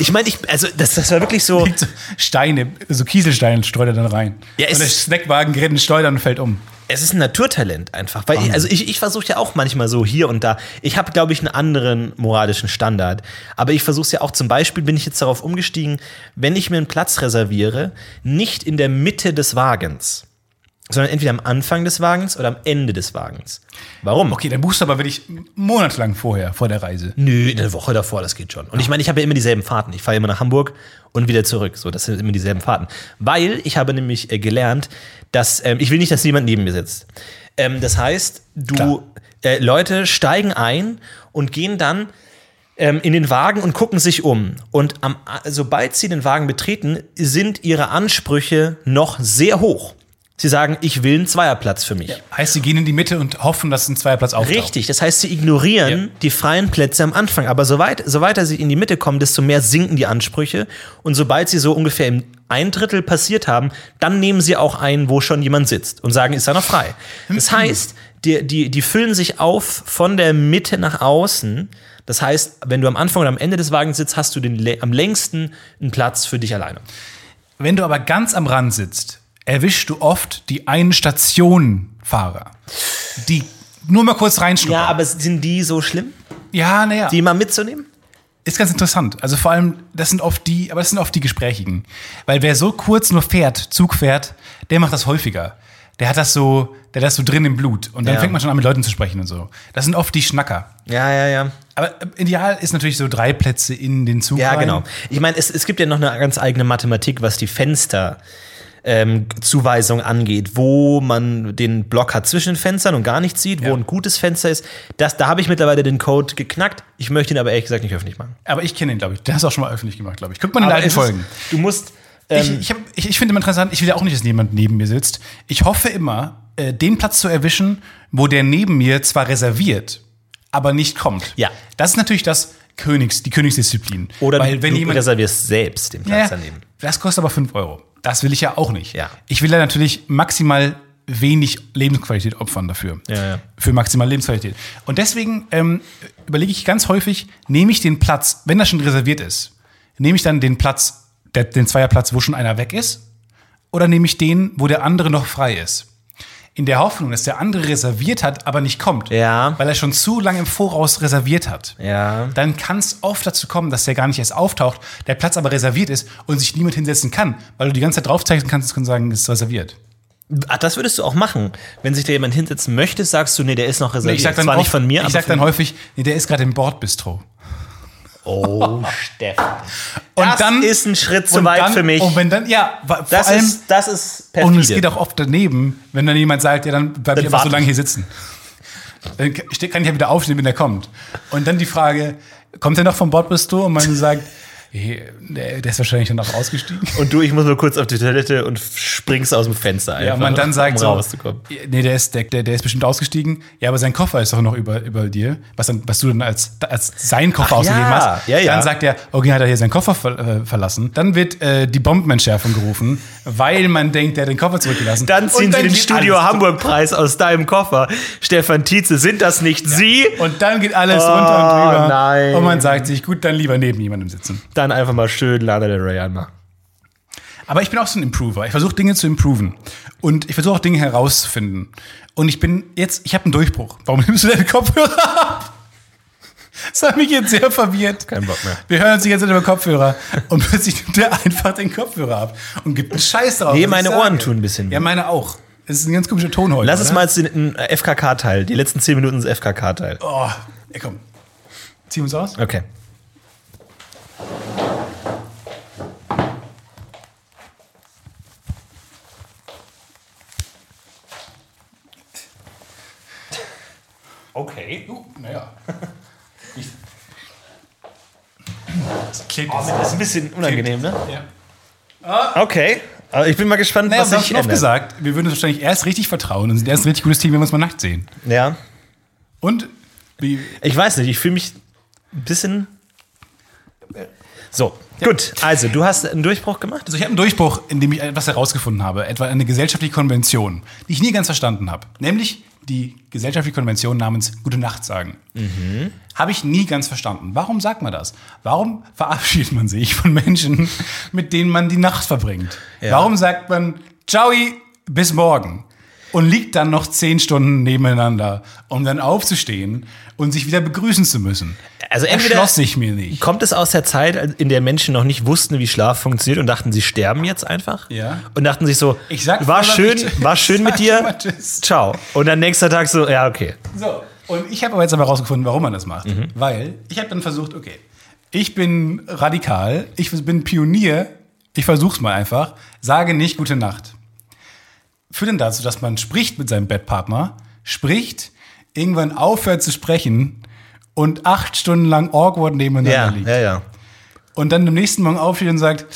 A: Ich meine, ich, also das, das war wirklich so.
B: Liegt so Steine, so Kieselsteine streut er dann rein.
A: Ja, es-
B: und der Snackwagen gerät in den Steuern und fällt um.
A: Es ist ein Naturtalent einfach. Weil ich, also ich, ich versuche ja auch manchmal so hier und da. Ich habe, glaube ich, einen anderen moralischen Standard. Aber ich versuche es ja auch zum Beispiel, bin ich jetzt darauf umgestiegen, wenn ich mir einen Platz reserviere, nicht in der Mitte des Wagens, sondern entweder am Anfang des Wagens oder am Ende des Wagens. Warum?
B: Okay, dann buchst du aber wirklich monatelang vorher, vor der Reise.
A: Nö, eine Woche davor, das geht schon. Und ich meine, ich habe ja immer dieselben Fahrten. Ich fahre immer nach Hamburg und wieder zurück. So, das sind immer dieselben Fahrten. Weil ich habe nämlich äh, gelernt, dass ähm, ich will nicht, dass jemand neben mir sitzt. Ähm, das heißt,
B: Klar.
A: du äh, Leute steigen ein und gehen dann ähm, in den Wagen und gucken sich um. Und am, sobald sie den Wagen betreten, sind ihre Ansprüche noch sehr hoch. Sie sagen, ich will einen Zweierplatz für mich.
B: Heißt, sie gehen in die Mitte und hoffen, dass ein Zweierplatz auftaucht.
A: Richtig, das heißt, sie ignorieren die freien Plätze am Anfang. Aber soweit, soweit sie in die Mitte kommen, desto mehr sinken die Ansprüche. Und sobald sie so ungefähr im ein Drittel passiert haben, dann nehmen sie auch ein, wo schon jemand sitzt und sagen, ist da noch frei. [clears throat] Das heißt, die, die, die füllen sich auf von der Mitte nach außen. Das heißt, wenn du am Anfang oder am Ende des Wagens sitzt, hast du den, lä- am längsten einen Platz für dich alleine.
B: Wenn du aber ganz am Rand sitzt, erwischst du oft die einen Stationenfahrer. Die nur mal kurz reinschnuppern.
A: Ja, aber sind die so schlimm,
B: Ja, naja.
A: die mal mitzunehmen?
B: Ist ganz interessant. Also vor allem, das sind oft die, aber das sind oft die Gesprächigen. Weil wer so kurz nur fährt, Zug fährt, der macht das häufiger. Der hat das so, der hat das so drin im Blut. Und dann
A: Ja.
B: fängt man schon an, mit Leuten zu sprechen und so. Das sind oft die Schnacker.
A: Ja, ja, ja.
B: Aber äh, ideal ist natürlich so drei Plätze in den Zug.
A: Ja,
B: rein.
A: genau. Ich meine, es, es gibt ja noch eine ganz eigene Mathematik, was die Fensterzuweisung ähm, Zuweisung angeht, wo man den Block hat zwischen den Fenstern und gar nichts sieht, wo ein gutes Fenster ist. Das, da habe ich mittlerweile den Code geknackt. Ich möchte ihn aber ehrlich gesagt nicht öffentlich machen.
B: Aber ich kenne ihn, glaube ich. Der hast du auch schon mal öffentlich gemacht, glaube ich. Guckt mal in
A: Aber
B: den alten
A: es ist-
B: Folgen.
A: Du musst. ähm,
B: Ich, ich, hab- ich, ich finde immer interessant, ich will ja auch nicht, dass jemand neben mir sitzt. Ich hoffe immer, äh, den Platz zu erwischen, wo der neben mir zwar reserviert, aber nicht kommt.
A: Ja.
B: Das ist natürlich das Königs, die Königsdisziplin.
A: Oder
B: Weil, wenn
A: du
B: jemand,
A: reservierst selbst den Platz
B: ja, ja,
A: daneben.
B: das kostet aber 5 Euro. Das will ich ja auch nicht.
A: Ja.
B: Ich will ja natürlich maximal wenig Lebensqualität opfern dafür.
A: Ja, ja.
B: Für maximal Lebensqualität. Und deswegen ähm, überlege ich ganz häufig, nehme ich den Platz, wenn das schon reserviert ist, nehme ich dann den Platz, der, den Zweierplatz, wo schon einer weg ist, oder nehme ich den, wo der andere noch frei ist? In der Hoffnung, dass der andere reserviert hat, aber nicht kommt.
A: Ja.
B: Weil er schon zu lange im Voraus reserviert hat
A: Ja.
B: dann kann es oft dazu kommen, dass der gar nicht erst auftaucht, der Platz aber reserviert ist und sich niemand hinsetzen kann, weil du die ganze Zeit draufzeichnen kannst und sagen, es ist reserviert.
A: Ach, Ah, das würdest du auch machen. Wenn sich da jemand hinsetzen möchte, sagst du, nee, der ist noch reserviert.
B: Ich sag dann,
A: Zwar nicht
B: oft-
A: von mir,
B: ich
A: aber
B: sag
A: von-
B: dann häufig, nee, der ist gerade im Bordbistro. [laughs]
A: Oh, Stefan.
B: Und
A: das
B: dann-
A: ist ein Schritt zu
B: und
A: weit
B: dann,
A: für mich.
B: Und wenn dann, ja, wa- vor
A: Das
B: allem, Oh,
A: ist, das ist perfide.
B: und es geht auch oft daneben, wenn dann jemand sagt, ja, dann bleib
A: Dann
B: ich einfach so
A: warte
B: lange
A: ich.
B: hier sitzen. Dann kann ich ja wieder aufstehen, wenn der kommt. Und dann die Frage, kommt er noch vom Bordbistro? Und man sagt, [laughs] Der ist wahrscheinlich dann auch ausgestiegen.
A: Und du, ich muss mal kurz auf die Toilette und springst aus dem Fenster einfach,
B: Ja, man dann sagt
A: um
B: so,
A: rauszukommen.
B: nee, der ist, der, der, der ist bestimmt ausgestiegen. Ja, aber sein Koffer ist doch noch über, über dir. Was, dann, was du dann als, als sein Koffer ausgegeben
A: ja,
B: hast.
A: ja, ja.
B: Dann sagt er, okay, hat er hier seinen Koffer ver, äh, verlassen. Dann wird äh, die Bombenentschärfung gerufen, weil man denkt, der hat den Koffer zurückgelassen.
A: Dann ziehen
B: Und
A: sie den
B: geht
A: Studio
B: alles-
A: Hamburg-Preis aus deinem Koffer. Stefan Tietze, sind das nicht Sie?
B: Und dann geht alles runter und drüber.
A: Oh, nein.
B: Und man sagt sich, gut, dann lieber neben jemandem sitzen.
A: Dann einfach mal schön Lana Del Rey anmachen.
B: Aber ich bin auch so ein Improver. Ich versuche Dinge zu improven. Und ich versuche auch Dinge herauszufinden. Und ich bin jetzt, ich habe einen Durchbruch. Warum nimmst du deine Kopfhörer [laughs] ab? Das hat mich jetzt sehr verwirrt.
A: Kein Bock mehr.
B: Wir hören uns die ganze Zeit über Kopfhörer. Und [laughs] plötzlich nimmt er einfach den Kopfhörer ab und gibt einen Scheiß drauf.
A: Nee,
B: was ich
A: meine
B: sage.
A: Ohren tun ein bisschen weh.
B: Ja, meine auch. Es ist ein ganz komischer Ton heute.
A: Lass es
B: oder?
A: mal als den äh, FKK-Teil, die letzten 10 Minuten des FKK-Teil.
B: Oh, ja, komm. Ziehen wir uns aus?
A: Okay. Okay.
B: Uh, naja. [laughs] Das klebt
A: Oh,
B: jetzt.
A: das ist ein bisschen unangenehm, ne?
B: Ja.
A: Okay. Aber ich bin mal gespannt,
B: Naja,
A: was
B: was
A: sich
B: ich oft
A: ändert.
B: gesagt, wir würden uns wahrscheinlich erst richtig vertrauen und sind erst ein richtig gutes Team, wenn wir uns mal nackt sehen.
A: Ja.
B: Und wie,
A: Ich weiß nicht, ich fühle mich ein bisschen. So, gut. Also, du hast einen Durchbruch gemacht?
B: also ich habe einen Durchbruch, in dem ich etwas herausgefunden habe, etwa eine gesellschaftliche Konvention, die ich nie ganz verstanden habe, nämlich die gesellschaftliche Konvention namens Gute Nacht sagen.
A: Mhm.
B: Habe ich nie ganz verstanden. Warum sagt man das? Warum verabschiedet man sich von Menschen, mit denen man die Nacht verbringt? Warum sagt man Ciao, bis morgen? Und liegt dann noch zehn Stunden nebeneinander, um dann aufzustehen und sich wieder begrüßen zu müssen.
A: Also, entweder
B: Erschloss ich mir nicht.
A: kommt es aus der Zeit, in der Menschen noch nicht wussten, wie Schlaf funktioniert und dachten, sie sterben jetzt einfach?
B: Ja.
A: Und dachten sich so,
B: Ich sag
A: war,
B: vorher
A: schön,
B: nicht-
A: war
B: [laughs]
A: schön mit
B: Sag schon
A: dir.
B: mal tschüss.
A: Ciao. Und dann nächster Tag so, ja, okay.
B: So, und ich habe aber jetzt aber rausgefunden, warum man das macht.
A: Mhm.
B: Weil ich habe dann versucht, okay, ich bin radikal, ich bin Pionier, ich versuch's mal einfach, sage nicht gute Nacht. Führt denn dazu, dass man spricht mit seinem Bettpartner, spricht, irgendwann aufhört zu sprechen und acht Stunden lang awkward nebeneinander
A: Ja,
B: liegt.
A: ja, ja.
B: Und dann am nächsten Morgen aufsteht und sagt,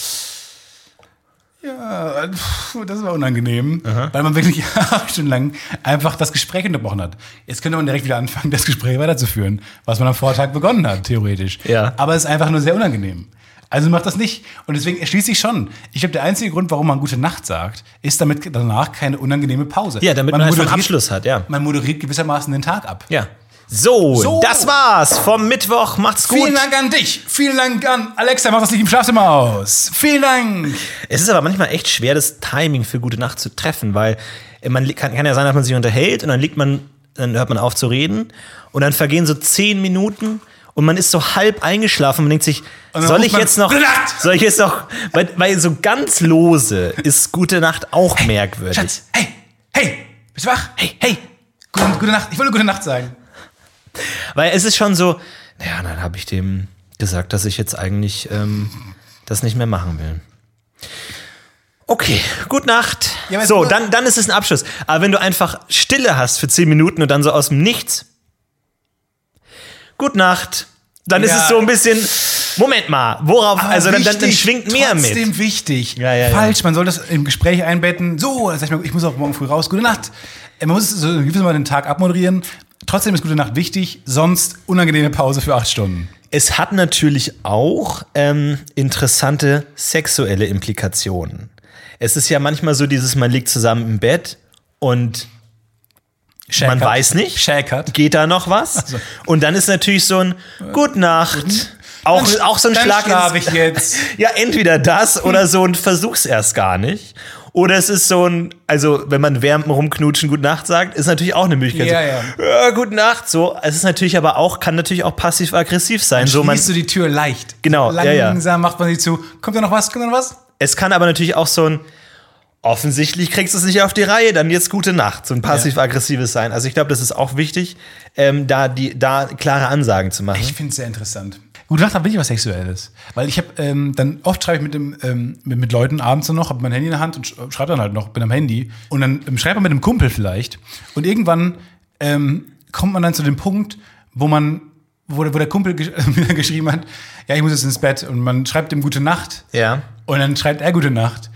B: ja, pf, das war unangenehm, weil man wirklich [laughs] acht Stunden lang einfach das Gespräch unterbrochen hat. Jetzt könnte man direkt wieder anfangen, das Gespräch weiterzuführen, was man am Vortag begonnen hat, theoretisch.
A: Ja.
B: Aber es ist einfach nur sehr unangenehm. Also macht das nicht. Und deswegen erschließe ich schon. Ich glaube, der einzige Grund, warum man gute Nacht sagt, ist, damit danach keine unangenehme Pause.
A: Ja, damit man, halt so einen
B: moderiert-
A: Abschluss hat, ja.
B: Man moderiert gewissermaßen den Tag ab.
A: Ja. So,
B: So.
A: das war's vom Mittwoch. Macht's gut.
B: Vielen Dank an dich. Vielen Dank an Alexa, mach das nicht im Schlafzimmer aus. Vielen Dank.
A: Es ist aber manchmal echt schwer, das Timing für gute Nacht zu treffen, weil äh, man li- kann, kann ja sein, dass man sich unterhält und dann liegt man, dann hört man auf zu reden und dann vergehen so zehn Minuten und man ist so halb eingeschlafen und denkt sich,
B: dann
A: soll
B: ruft
A: ich
B: man,
A: jetzt noch,
B: "Gute Nacht!"
A: soll ich jetzt noch, weil, weil so ganz lose ist gute Nacht auch merkwürdig.
B: Schatz, hey, hey, bist du wach? Hey, hey, gute, gute Nacht. Ich wollte gute Nacht sagen.
A: Weil es ist schon so, naja, dann habe ich dem gesagt, dass ich jetzt eigentlich ähm, das nicht mehr machen will. Okay, gute Nacht.
B: Ja, aber es
A: so,
B: ist nur-
A: dann, dann ist es ein Abschluss. Aber wenn du einfach Stille hast für 10 Minuten und dann so aus dem Nichts, gute Nacht, dann ist
B: Ja.
A: es so ein bisschen, Moment mal, worauf,
B: Aber
A: also dann, dann, dann
B: wichtig,
A: schwingt mehr mit.
B: Trotzdem wichtig.
A: Ja, ja, ja.
B: Falsch, man soll das im Gespräch einbetten. So, sag ich mal, ich muss auch morgen früh raus. Gute Nacht. Äh, Man muss so gewissermaßen den Tag abmoderieren. Trotzdem ist gute Nacht wichtig, sonst unangenehme Pause für acht Stunden.
A: Es hat natürlich auch ähm, interessante sexuelle Implikationen. Es ist ja manchmal so dieses, man liegt zusammen im Bett und Man weiß nicht.
B: Shakert.
A: geht da noch was?
B: Also.
A: Und dann ist natürlich so ein Gut Nacht. Auch, auch so ein
B: Äh, mhm. Dann
A: Schlag
B: schlaf
A: ins-
B: ich Hm. jetzt.
A: Ja, entweder das oder so ein Versuch's erst gar nicht. Oder es ist so ein, also wenn man wärmt rumknutschen, Gute Nacht sagt, ist natürlich auch eine Möglichkeit.
B: Ja,
A: so, "Ja, Gute Nacht. So, es ist natürlich aber auch, kann natürlich auch passiv-aggressiv sein. [laughs] So, man,
B: Schließt du die Tür leicht.
A: Genau, ja,
B: Langsam
A: ja.
B: macht man sie zu. Kommt da noch was? Kommt da noch was?
A: es kann aber natürlich auch so ein, offensichtlich kriegst du es nicht auf die Reihe, dann jetzt gute Nacht. So ein passiv-aggressives sein. Also ich glaube, das ist auch wichtig, ähm, da, die, da klare Ansagen zu machen.
B: Ich finde es sehr interessant. Gute Nacht, da bin ich was Sexuelles. Weil ich habe ähm, dann oft schreibe ich mit, dem, ähm, mit, mit Leuten abends dann noch, habe mein Handy in der Hand und sch schreibe dann halt noch, bin am Handy. Und dann ähm, schreibt man mit einem Kumpel vielleicht. Und irgendwann ähm, kommt man dann zu dem Punkt, wo man wo, der- wo der Kumpel gesch [laughs] wieder geschrieben hat, ja, ich muss jetzt ins Bett und man schreibt ihm gute Nacht
A: Ja.
B: und dann schreibt er gute Nacht.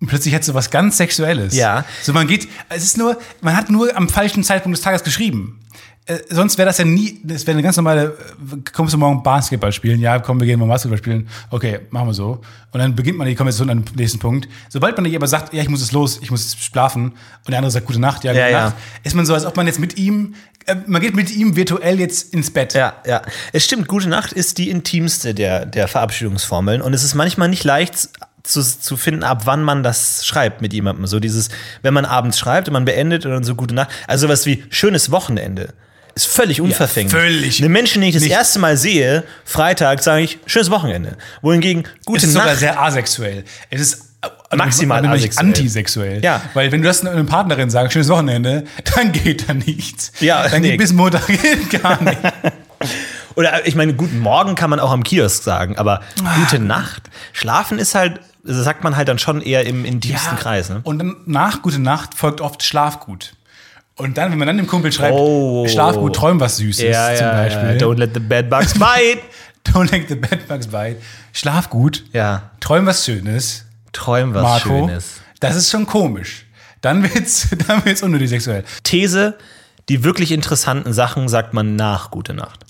B: Und plötzlich hat so was ganz Sexuelles.
A: Ja.
B: So, man geht, es ist nur, man hat nur am falschen Zeitpunkt des Tages geschrieben. Äh, sonst wäre das ja nie, das wäre eine ganz normale, äh, kommst du morgen Basketball spielen? Ja, komm, wir gehen morgen Basketball spielen. Okay, machen wir so. Und dann beginnt man die Konversation am nächsten Punkt. Sobald man nicht aber sagt, ja, ich muss jetzt los, ich muss jetzt schlafen und der andere sagt gute Nacht, ja, gute
A: Ja, ja.
B: Nacht, ist man so, als ob man jetzt mit ihm, äh, man geht mit ihm virtuell jetzt ins Bett.
A: Ja, ja. Es stimmt, gute Nacht ist die intimste der, der Verabschiedungsformeln und es ist manchmal nicht leicht zu, zu finden, ab wann man das schreibt mit jemandem. So dieses, wenn man abends schreibt und man beendet und dann so gute Nacht. Also was wie schönes Wochenende. Ist völlig unverfänglich.
B: völlig.
A: Einen Menschen, den ich das
B: Nicht-
A: erste Mal sehe, Freitag, sage ich, schönes Wochenende. Wohingegen,
B: Es
A: gute
B: ist sogar
A: Nacht.
B: sehr asexuell. Es ist äh,
A: Maximal
B: nämlich
A: asexuell.
B: antisexuell.
A: Ja.
B: Weil wenn du das einer Partnerin sagst, schönes Wochenende, dann geht da nichts.
A: Ja,
B: dann
A: nee.
B: geht bis Montag geht
A: [laughs]
B: gar nicht.
A: Oder äh, ich meine, guten Morgen kann man auch am Kiosk sagen, aber
B: Ah.
A: gute Nacht, schlafen ist halt, das sagt man halt dann schon eher im intimsten Kreis. Ne?
B: Und dann nach Gute Nacht folgt oft Schlafgut. Und dann, wenn man dann dem Kumpel schreibt,
A: Oh.
B: Schlafgut, träum was Süßes zum Beispiel.
A: Don't let the bed bugs bite.
B: Don't let the bed bugs bite. Schlafgut,
A: [laughs] ja,
B: träum was Schönes.
A: träum was
B: Marco,
A: Schönes.
B: das ist schon komisch. Dann wird's, [laughs] dann wird's unnötig sexuell.
A: These, die wirklich interessanten Sachen sagt man nach Gute Nacht.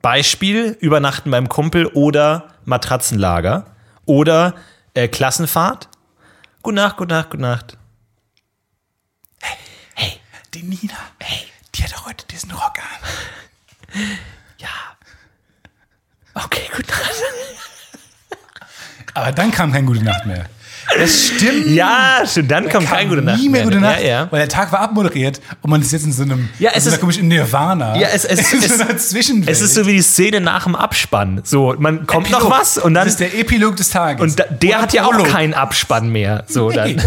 A: Beispiel, übernachten beim Kumpel oder Matratzenlager oder äh, Klassenfahrt. Gute Nacht, gute Nacht, gute Nacht.
B: Die Nina, hey, die hat heute diesen Rock an.
A: Ja. Okay, gute Nacht.
B: Aber dann kam kein Gute
A: [laughs]
B: Nacht mehr. Das stimmt.
A: Ja, stimmt, dann kommt kein Gute Nacht ne?
B: Nie mehr Gute Nacht,
A: Ja, ja.
B: weil der Tag war abmoderiert und man ist jetzt in so einem,
A: Ja,
B: in
A: es
B: so einer
A: ist-
B: komischen Nirvana.
A: Ja, es- es-
B: [laughs] in
A: es-
B: so einer Zwischenwelt.
A: Es ist so wie die Szene nach dem Abspann. So, man kommt noch
B: Epilog.
A: was und dann
B: Das ist der Epilog des Tages.
A: Und da, der
B: Oder
A: hat ja auch
B: Prolog.
A: keinen Abspann mehr. So dann.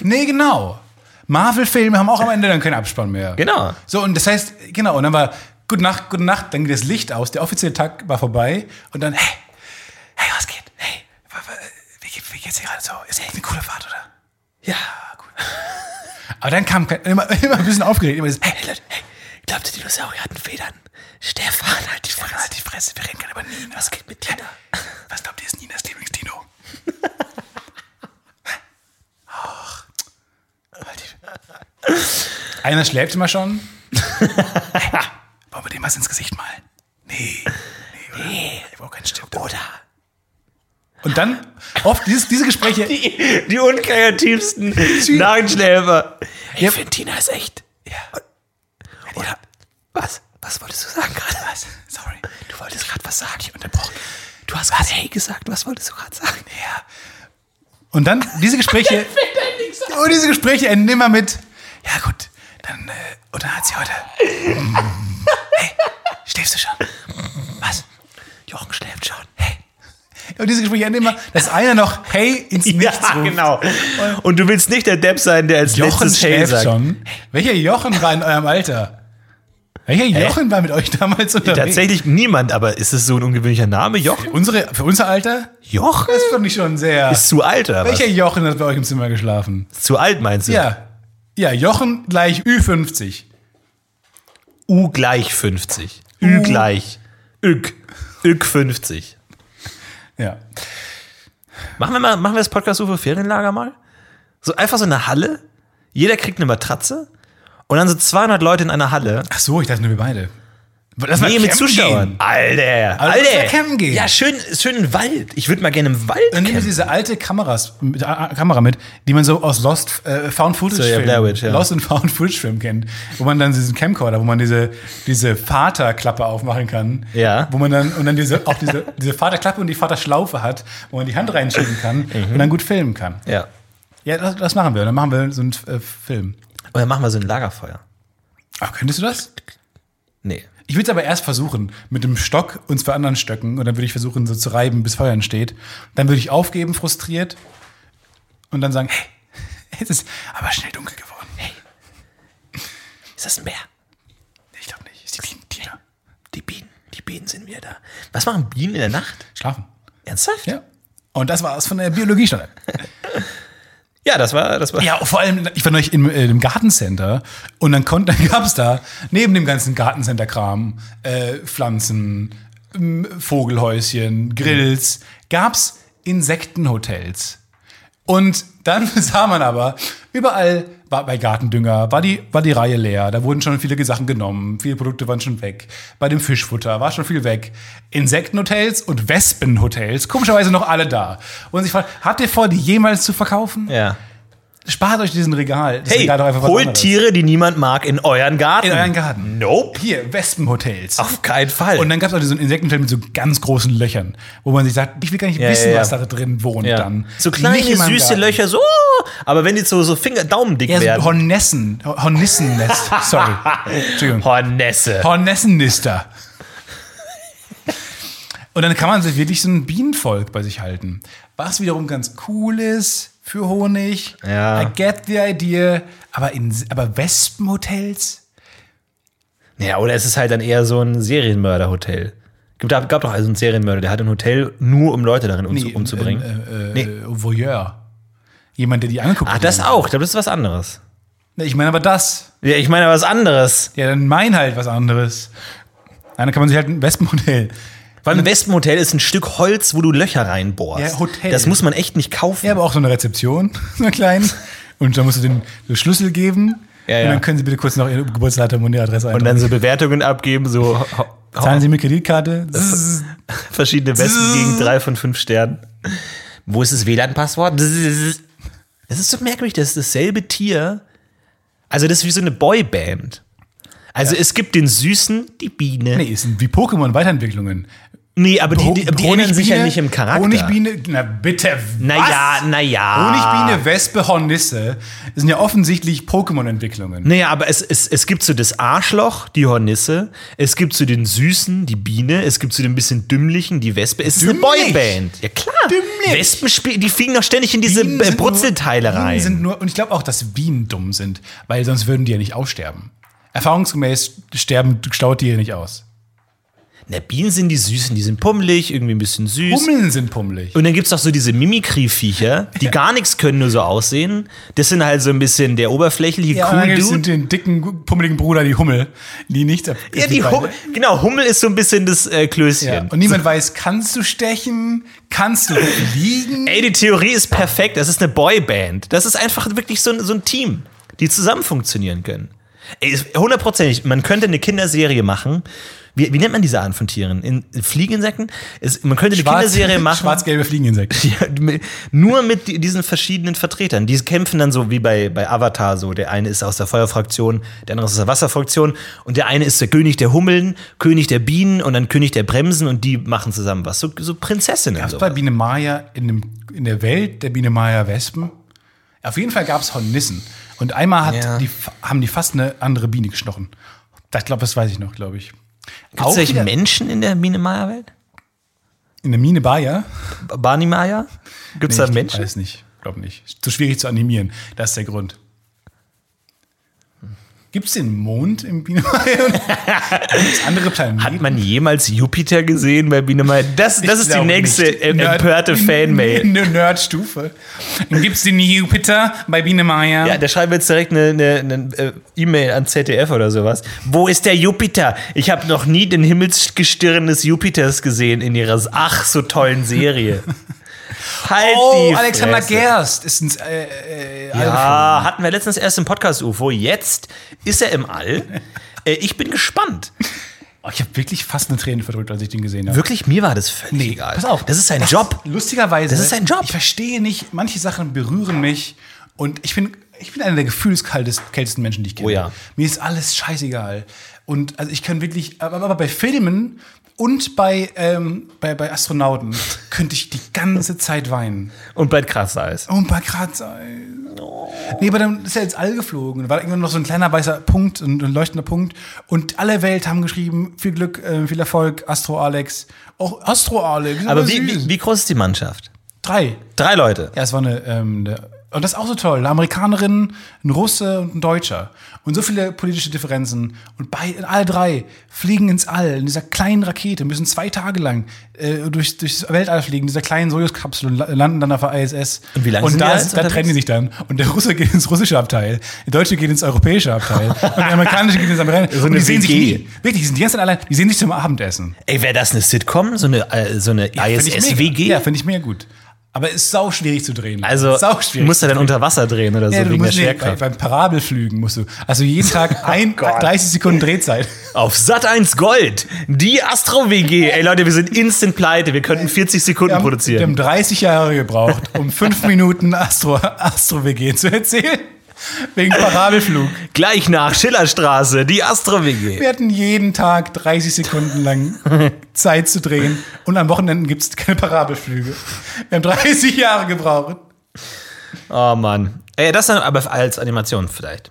B: nee, genau. Marvel-Filme haben auch am Ende dann keinen Abspann mehr.
A: Genau.
B: So, und das heißt, genau, und dann war Gute Nacht, Gute Nacht, dann geht das Licht aus, der offizielle Tag war vorbei und dann, hey, hey, was geht? Hey, wa- wa- wie, geht- wie geht's dir gerade so? Ist echt eine coole Fahrt, oder?
A: Ja,
B: [laughs] Aber dann kam kein, immer, immer ein bisschen aufgeregt, immer dieses, hey, Leute, hey,
A: glaubt ihr, Dinosaurier hatten Federn? Stefan, halt die Fresse.
B: halt die Fresse, wir reden gerade über Nina.
A: Was geht mit dir da?
B: Was glaubt ihr, ist Ninas Lieblingsdino? Ach, halt die- Einer schläft
A: [laughs]
B: immer schon. Hey, Wollen wir dem was ins Gesicht malen? Nee. Nee, oder? Ich brauche keinen Stift. Oder? Und dann, oft dieses, diese
A: [laughs]
B: Gespräche,
A: [laughs] Die, die unkreativsten Nagenschläfer. Ich finde, Tina ist echt. Ja. Oder? Was? Was wolltest du sagen gerade? Was?
B: sorry,
A: Du wolltest gerade was sagen. Ich unterbrochen. Du hast gerade hey gesagt. Was wolltest du gerade sagen?
B: Ja. Und dann
A: [laughs]
B: diese Gespräche. und diese Gespräche enden immer mit. Ja gut, dann äh, oder hat sie heute. hey, schläfst du schon? Was?
A: Jochen schläft schon. Hey.
B: Und diese Gespräche enden immer, dass einer noch Hey ins
A: Ja,
B: Nichts ruft.
A: genau. Und du willst nicht der Depp sein, der als
B: Jochen
A: letztes Hey
B: schläft
A: sagt.
B: schon. Welcher Jochen war in eurem Alter? Welcher Jochen war mit euch damals unterwegs?
A: Äh, Tatsächlich niemand, aber ist es so ein ungewöhnlicher Name? Jochen?
B: Unsere, für unser Alter?
A: Jochen?
B: Das fand ich schon sehr.
A: Ist zu alt, oder was?
B: Welcher Jochen hat bei euch im Zimmer geschlafen?
A: Zu alt meinst du?
B: Ja. Ja, Jochen gleich Ü50.
A: U gleich 50. Ü gleich. Ück. Ück 50.
B: Ja.
A: Machen wir mal, machen wir das Podcast-UFO Ferienlager mal? So einfach so eine Halle. Jeder kriegt eine Matratze. Und dann so 200 Leute in einer Halle.
B: Ach so, ich dachte nur wir beide. Lass
A: Nee, mit
B: campen
A: Zuschauern.
B: gehen.
A: Alter.
B: Aber lass
A: Alter.
B: mal campen gehen.
A: Ja, schön, schön im Wald. Ich würde mal gerne im Wald
B: Dann nehmen
A: campen.
B: sie diese alte Kameras, mit, äh, Kamera mit, die man so aus Lost äh, Found Footage
A: So, ja,
B: Filmen,
A: Blair Witch, ja.
B: Lost and Found Footage Film kennt, wo man dann diesen Camcorder, wo man diese diese Vaterklappe aufmachen kann,
A: Ja.
B: wo man dann und dann diese auch diese diese Vaterklappe und die Vaterschlaufe hat, wo man die Hand reinschieben kann
A: Mhm.
B: und dann gut filmen kann.
A: Ja.
B: Ja, das, das machen wir. Dann machen wir so einen äh, Film.
A: Und dann machen wir so ein Lagerfeuer.
B: Ah, könntest du das?
A: Nee.
B: Ich würde es aber erst versuchen, mit dem Stock und zwei anderen Stöcken. Und dann würde ich versuchen, so zu reiben, bis Feuer entsteht. Dann würde ich aufgeben, frustriert. Und dann sagen, hey, [laughs] es ist aber schnell dunkel geworden. Hey,
A: Ist das ein Bär?
B: ich glaube nicht. Ist die Bienen- Tina.
A: Die Bienen. Die Bienen sind wieder da. Was machen Bienen in der Nacht?
B: Schlafen.
A: Ernsthaft?
B: Ja. Und das war's von der Biologiestunde.
A: Ja, das war, das war.
B: Ja, vor allem, ich war neulich im, äh, im Gartencenter und dann, konnt- [laughs] dann gab es da neben dem ganzen Gartencenter-Kram, äh, Pflanzen, ähm, Vogelhäuschen, Grills, gab's Insektenhotels. Und dann [laughs] sah man aber, überall war bei Gartendünger, war die, war die Reihe leer, da wurden schon viele Sachen genommen, viele Produkte waren schon weg. Bei dem Fischfutter war schon viel weg. Insektenhotels und Wespenhotels, komischerweise noch alle da. Und sich fragt, habt ihr vor, die jemals zu verkaufen?
A: Ja.
B: Spart euch diesen Regal. Das
A: Hey,
B: Regal doch einfach was
A: holt
B: anderes.
A: Tiere, die niemand mag, in euren Garten.
B: In euren Garten.
A: Nope.
B: Hier, Wespenhotels.
A: Auf keinen Fall.
B: Und dann gab es auch so ein Insektenhotel mit so ganz großen Löchern, wo man sich sagt, ich will gar nicht
A: Ja,
B: wissen,
A: ja, ja.
B: was da drin wohnt
A: ja.
B: dann.
A: So kleine,
B: Nicht in meinem
A: süße
B: Garten.
A: Löcher, so. oh, Aber wenn die so, so Finger, daumendick
B: Ja, so ein
A: werden.
B: Hornessen.
A: [laughs]
B: Ho- Hornissennest. Sorry. Entschuldigung.
A: Hornesse.
B: Hornessennister. Und dann kann man sich wirklich so ein Bienenvolk bei sich halten. Was wiederum ganz cool ist für Honig.
A: Ja.
B: I get the idea. Aber, in, aber Wespenhotels?
A: Ja, oder es ist halt dann eher so ein Serienmörderhotel. Gibt, gab, gab doch also einen Serienmörder, der hat ein Hotel nur, um Leute darin um,
B: Nee,
A: umzubringen.
B: Äh, äh,
A: Nee.
B: äh, Voyeur. Jemand, der die anguckt.
A: Ach, Ah, das auch. Ich glaube, das ist was anderes.
B: Nee, Ich meine aber das.
A: Ja, ich meine was anderes.
B: Ja, dann mein halt was anderes. Nein, dann kann man sich halt ein
A: [laughs]
B: Wespenmodell.
A: Weil ein Wespenhotel ist ein Stück Holz, wo du Löcher reinbohrst.
B: Ja, Hotel.
A: Das muss man echt nicht kaufen.
B: Ja, aber auch so eine Rezeption, [laughs] so einen kleinen. Und dann musst du den so Schlüssel geben.
A: Ja, ja.
B: Und dann können sie bitte kurz noch ihre Geburtsdatum und ihre Adresse
A: Und
B: eintragen.
A: dann so Bewertungen abgeben, so ho- ho-
B: Zahlen sie mit Kreditkarte. Zzz.
A: verschiedene Wespen gegen drei von fünf Sternen. Wo ist das WLAN-Passwort? Es ist so merkwürdig, dass dasselbe Tier. Also, das ist wie so eine Boyband. Also, es gibt den Süßen, die Biene.
B: Nee, ist wie Pokémon Weiterentwicklungen.
A: Nee, aber die,
B: Ho-
A: die, die ändern sich ja nicht im Charakter.
B: Honigbiene, na bitte.
A: Naja,
B: was?
A: naja.
B: Honigbiene, Wespe, Hornisse sind ja offensichtlich Pokémon-Entwicklungen.
A: Naja, aber es, es, es gibt so das Arschloch, die Hornisse. Es gibt so den Süßen, die Biene. Es gibt so den bisschen Dümmlichen, die Wespe. Es ist eine
B: Dümmlich.
A: Boyband. Ja, klar.
B: Dümmlich.
A: Wespen spielen, die fliegen doch ständig in diese
B: Bienen
A: äh,
B: sind nur-
A: Brutzelteile rein.
B: Bienen sind nur, und ich glaube auch, dass Bienen dumm sind, weil sonst würden die ja nicht aussterben. Erfahrungsgemäß sterben, staut die ja nicht aus.
A: Na, Bienen sind die Süßen, die sind pummelig, irgendwie ein bisschen süß.
B: Hummeln sind pummelig.
A: Und dann gibt's doch so diese Mimikry-Viecher, die gar nichts können, nur so aussehen. Das sind halt so ein bisschen der oberflächliche
B: Ja, und dann
A: cool
B: gibt's
A: Dude.
B: den, den dicken, pummeligen Bruder, die Hummel, die nichts ab-
A: Ja, die
B: beide.
A: Hummel, genau, Hummel ist so ein bisschen das äh, Klößchen.
B: Ja. Und niemand weiß, kannst du stechen?
A: [laughs]
B: Kannst du liegen?
A: Ey, die Theorie ist perfekt. Das ist eine Boyband. Das ist einfach wirklich so ein, so ein Team, die zusammen funktionieren können. Ey, ist hundertprozentig. Man könnte eine Kinderserie machen. Wie, wie nennt man diese Art von Tieren? In, Fliegeninsekten? Es, man könnte eine Kinderserie machen.
B: Schwarz-gelbe Fliegeninsekten.
A: Ja, mi- nur mit di- diesen verschiedenen Vertretern. Die kämpfen dann so wie bei, bei Avatar so. Der eine ist aus der Feuerfraktion, der andere ist aus der Wasserfraktion und der eine ist der König der Hummeln, König der Bienen und dann König der Bremsen und die machen zusammen was. So, so Prinzessinnen.
B: Gab es
A: so.
B: bei Biene Maya in, dem, in der Welt der Biene Maya Wespen? Auf jeden Fall gab es Hornissen. Und einmal hat
A: Ja.
B: die, haben die fast eine andere Biene geschnochen. Das glaube, das weiß ich noch, glaube ich.
A: Gibt es
B: wieder
A: solche Menschen in der Biene Maya Welt?
B: in der Mine Maya?
A: Barney Maya? Gibt es da Menschen?
B: Weiß nicht, glaube nicht. Zu schwierig zu animieren. Das ist der Grund. Gibt es den Mond im Biene Maya? [laughs] Gibt's andere Planeten?
A: Hat man jemals Jupiter gesehen bei Biene Maya? Das, das ist die
B: Glaub
A: nächste
B: nicht.
A: äh,
B: Nerd-
A: empörte Fanmail.
B: Eine Nerdstufe. Dann gibt es den Jupiter bei Biene Maya.
A: Ja, da schreiben wir jetzt direkt eine, eine, eine äh, E-Mail an ZDF oder sowas. Wo ist der Jupiter? Ich habe noch nie den Himmelsgestirn des Jupiters gesehen in ihrer ach so tollen
B: [laughs]
A: Serie. halt
B: Oh,
A: die
B: Alexander
A: Fresse.
B: Gerst ist ins äh, äh, Alf.
A: Ja, hatten wir letztens erst im Podcast UFO. Jetzt ist er im All. Äh, ich bin gespannt.
B: Oh, ich habe wirklich fast eine Träne verdrückt, als ich den gesehen habe.
A: Wirklich, mir war das völlig egal.
B: pass auf.
A: Das ist sein Job.
B: Lustigerweise.
A: Das ist sein Job.
B: Ich verstehe nicht, manche Sachen berühren mich und ich bin, ich bin einer der gefühlskältesten Menschen, die ich kenne.
A: Oh ja.
B: Mir ist alles scheißegal. Und also ich kann wirklich, aber, aber bei Filmen und bei, ähm, bei, bei Astronauten könnte ich die ganze Zeit weinen.
A: Und bald krasser ist.
B: Oh, ein paar Grad Eis. Nee, aber dann ist er ins All geflogen. Da war irgendwann noch so ein kleiner weißer Punkt, ein, ein leuchtender Punkt. Und alle Welt haben geschrieben, viel Glück, äh, viel Erfolg, Astro Alex. Auch Astro Alex.
A: Aber
B: aber
A: wie,
B: Oh, süß.
A: wie, wie groß ist die Mannschaft?
B: Drei.
A: Drei Leute.
B: Ja, es war eine, ähm, eine Und das ist auch so toll. Eine Amerikanerin, ein Russe und ein Deutscher. Und so viele politische Differenzen. Und bei, alle drei fliegen ins All in dieser kleinen Rakete, müssen zwei Tage lang äh, durch, durchs Weltall fliegen, in dieser kleinen Sojus-Kapsel und la- landen dann auf der ISS.
A: Und wie lange
B: und
A: sind die
B: da,
A: jetzt
B: da trennen die sich dann. Und der Russe geht ins russische Abteil, der Deutsche geht ins europäische
A: [laughs]
B: Abteil, und der Amerikanische geht ins
A: So
B: amerikanische. und
A: eine
B: die sehen sich
A: WG.
B: nie. Wirklich, die sind die ganze Zeit allein. Die sehen sich zum Abendessen.
A: Ey, wäre das eine Sitcom? So eine, äh, so eine
B: Find ich mega.
A: ISS-WG?
B: Ja, finde ich mega gut. Aber ist sau schwierig zu drehen.
A: also,
B: sau
A: du
B: schwierig.
A: musst du dann unter Wasser drehen oder so,
B: Ja, du
A: wegen der
B: musst, nee, bei,
A: Schwerkraft. Oh
B: beim Parabelflügen musst du. Also jeden
A: [laughs]
B: Tag ein,
A: Gott.
B: 30
A: [laughs]
B: Sekunden Drehzeit.
A: Auf Sat1 Gold, die Astro-WG. Ey, Leute, wir sind instant pleite. Wir könnten 40 Sekunden
B: Wir
A: produzieren.
B: haben 30 Jahre gebraucht, um fünf
A: [laughs]
B: Minuten Astro, Astro WG zu erzählen. Wegen Parabelflug.
A: Gleich nach Schillerstraße, die Astro-WG.
B: Wir hatten jeden Tag 30 Sekunden
A: [laughs]
B: lang Zeit zu drehen. Und am Wochenenden gibt es keine Parabelflüge. Wir haben 30 Jahre gebraucht.
A: Oh Mann. Ey, das dann aber als Animation vielleicht.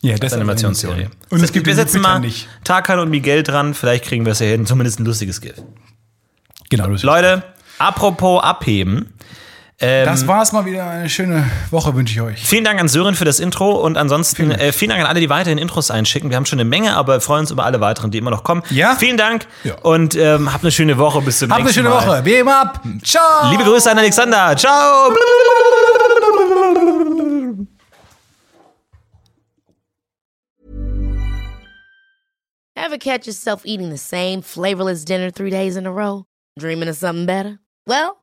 B: Ja, das ist
A: Animationsserie.
B: Und es gibt
A: wir
B: den
A: setzen
B: Jupiter
A: mal
B: nicht.
A: Tarkan und Miguel dran. Vielleicht kriegen wir es ja hin. Zumindest ein lustiges Gift.
B: Genau, das,
A: Leute, apropos abheben. Ähm,
B: das war's mal wieder. Eine schöne Woche wünsche ich euch.
A: Vielen Dank an Sören für das Intro und ansonsten vielen, äh, vielen Dank an alle, die weiterhin Intros einschicken. Wir haben schon eine Menge, aber freuen uns über alle weiteren, die immer noch kommen.
B: Ja?
A: Vielen Dank
B: Ja.
A: und ähm, habt eine schöne Woche. Bis zum
B: Habt eine
A: nächsten
B: schöne
A: Mal.
B: Woche. Wir heben ab. Ciao.
A: Liebe Grüße an Alexander. Ciao.
C: Ever catch yourself eating the same flavorless dinner three days in a row? Dreaming of something better? Well,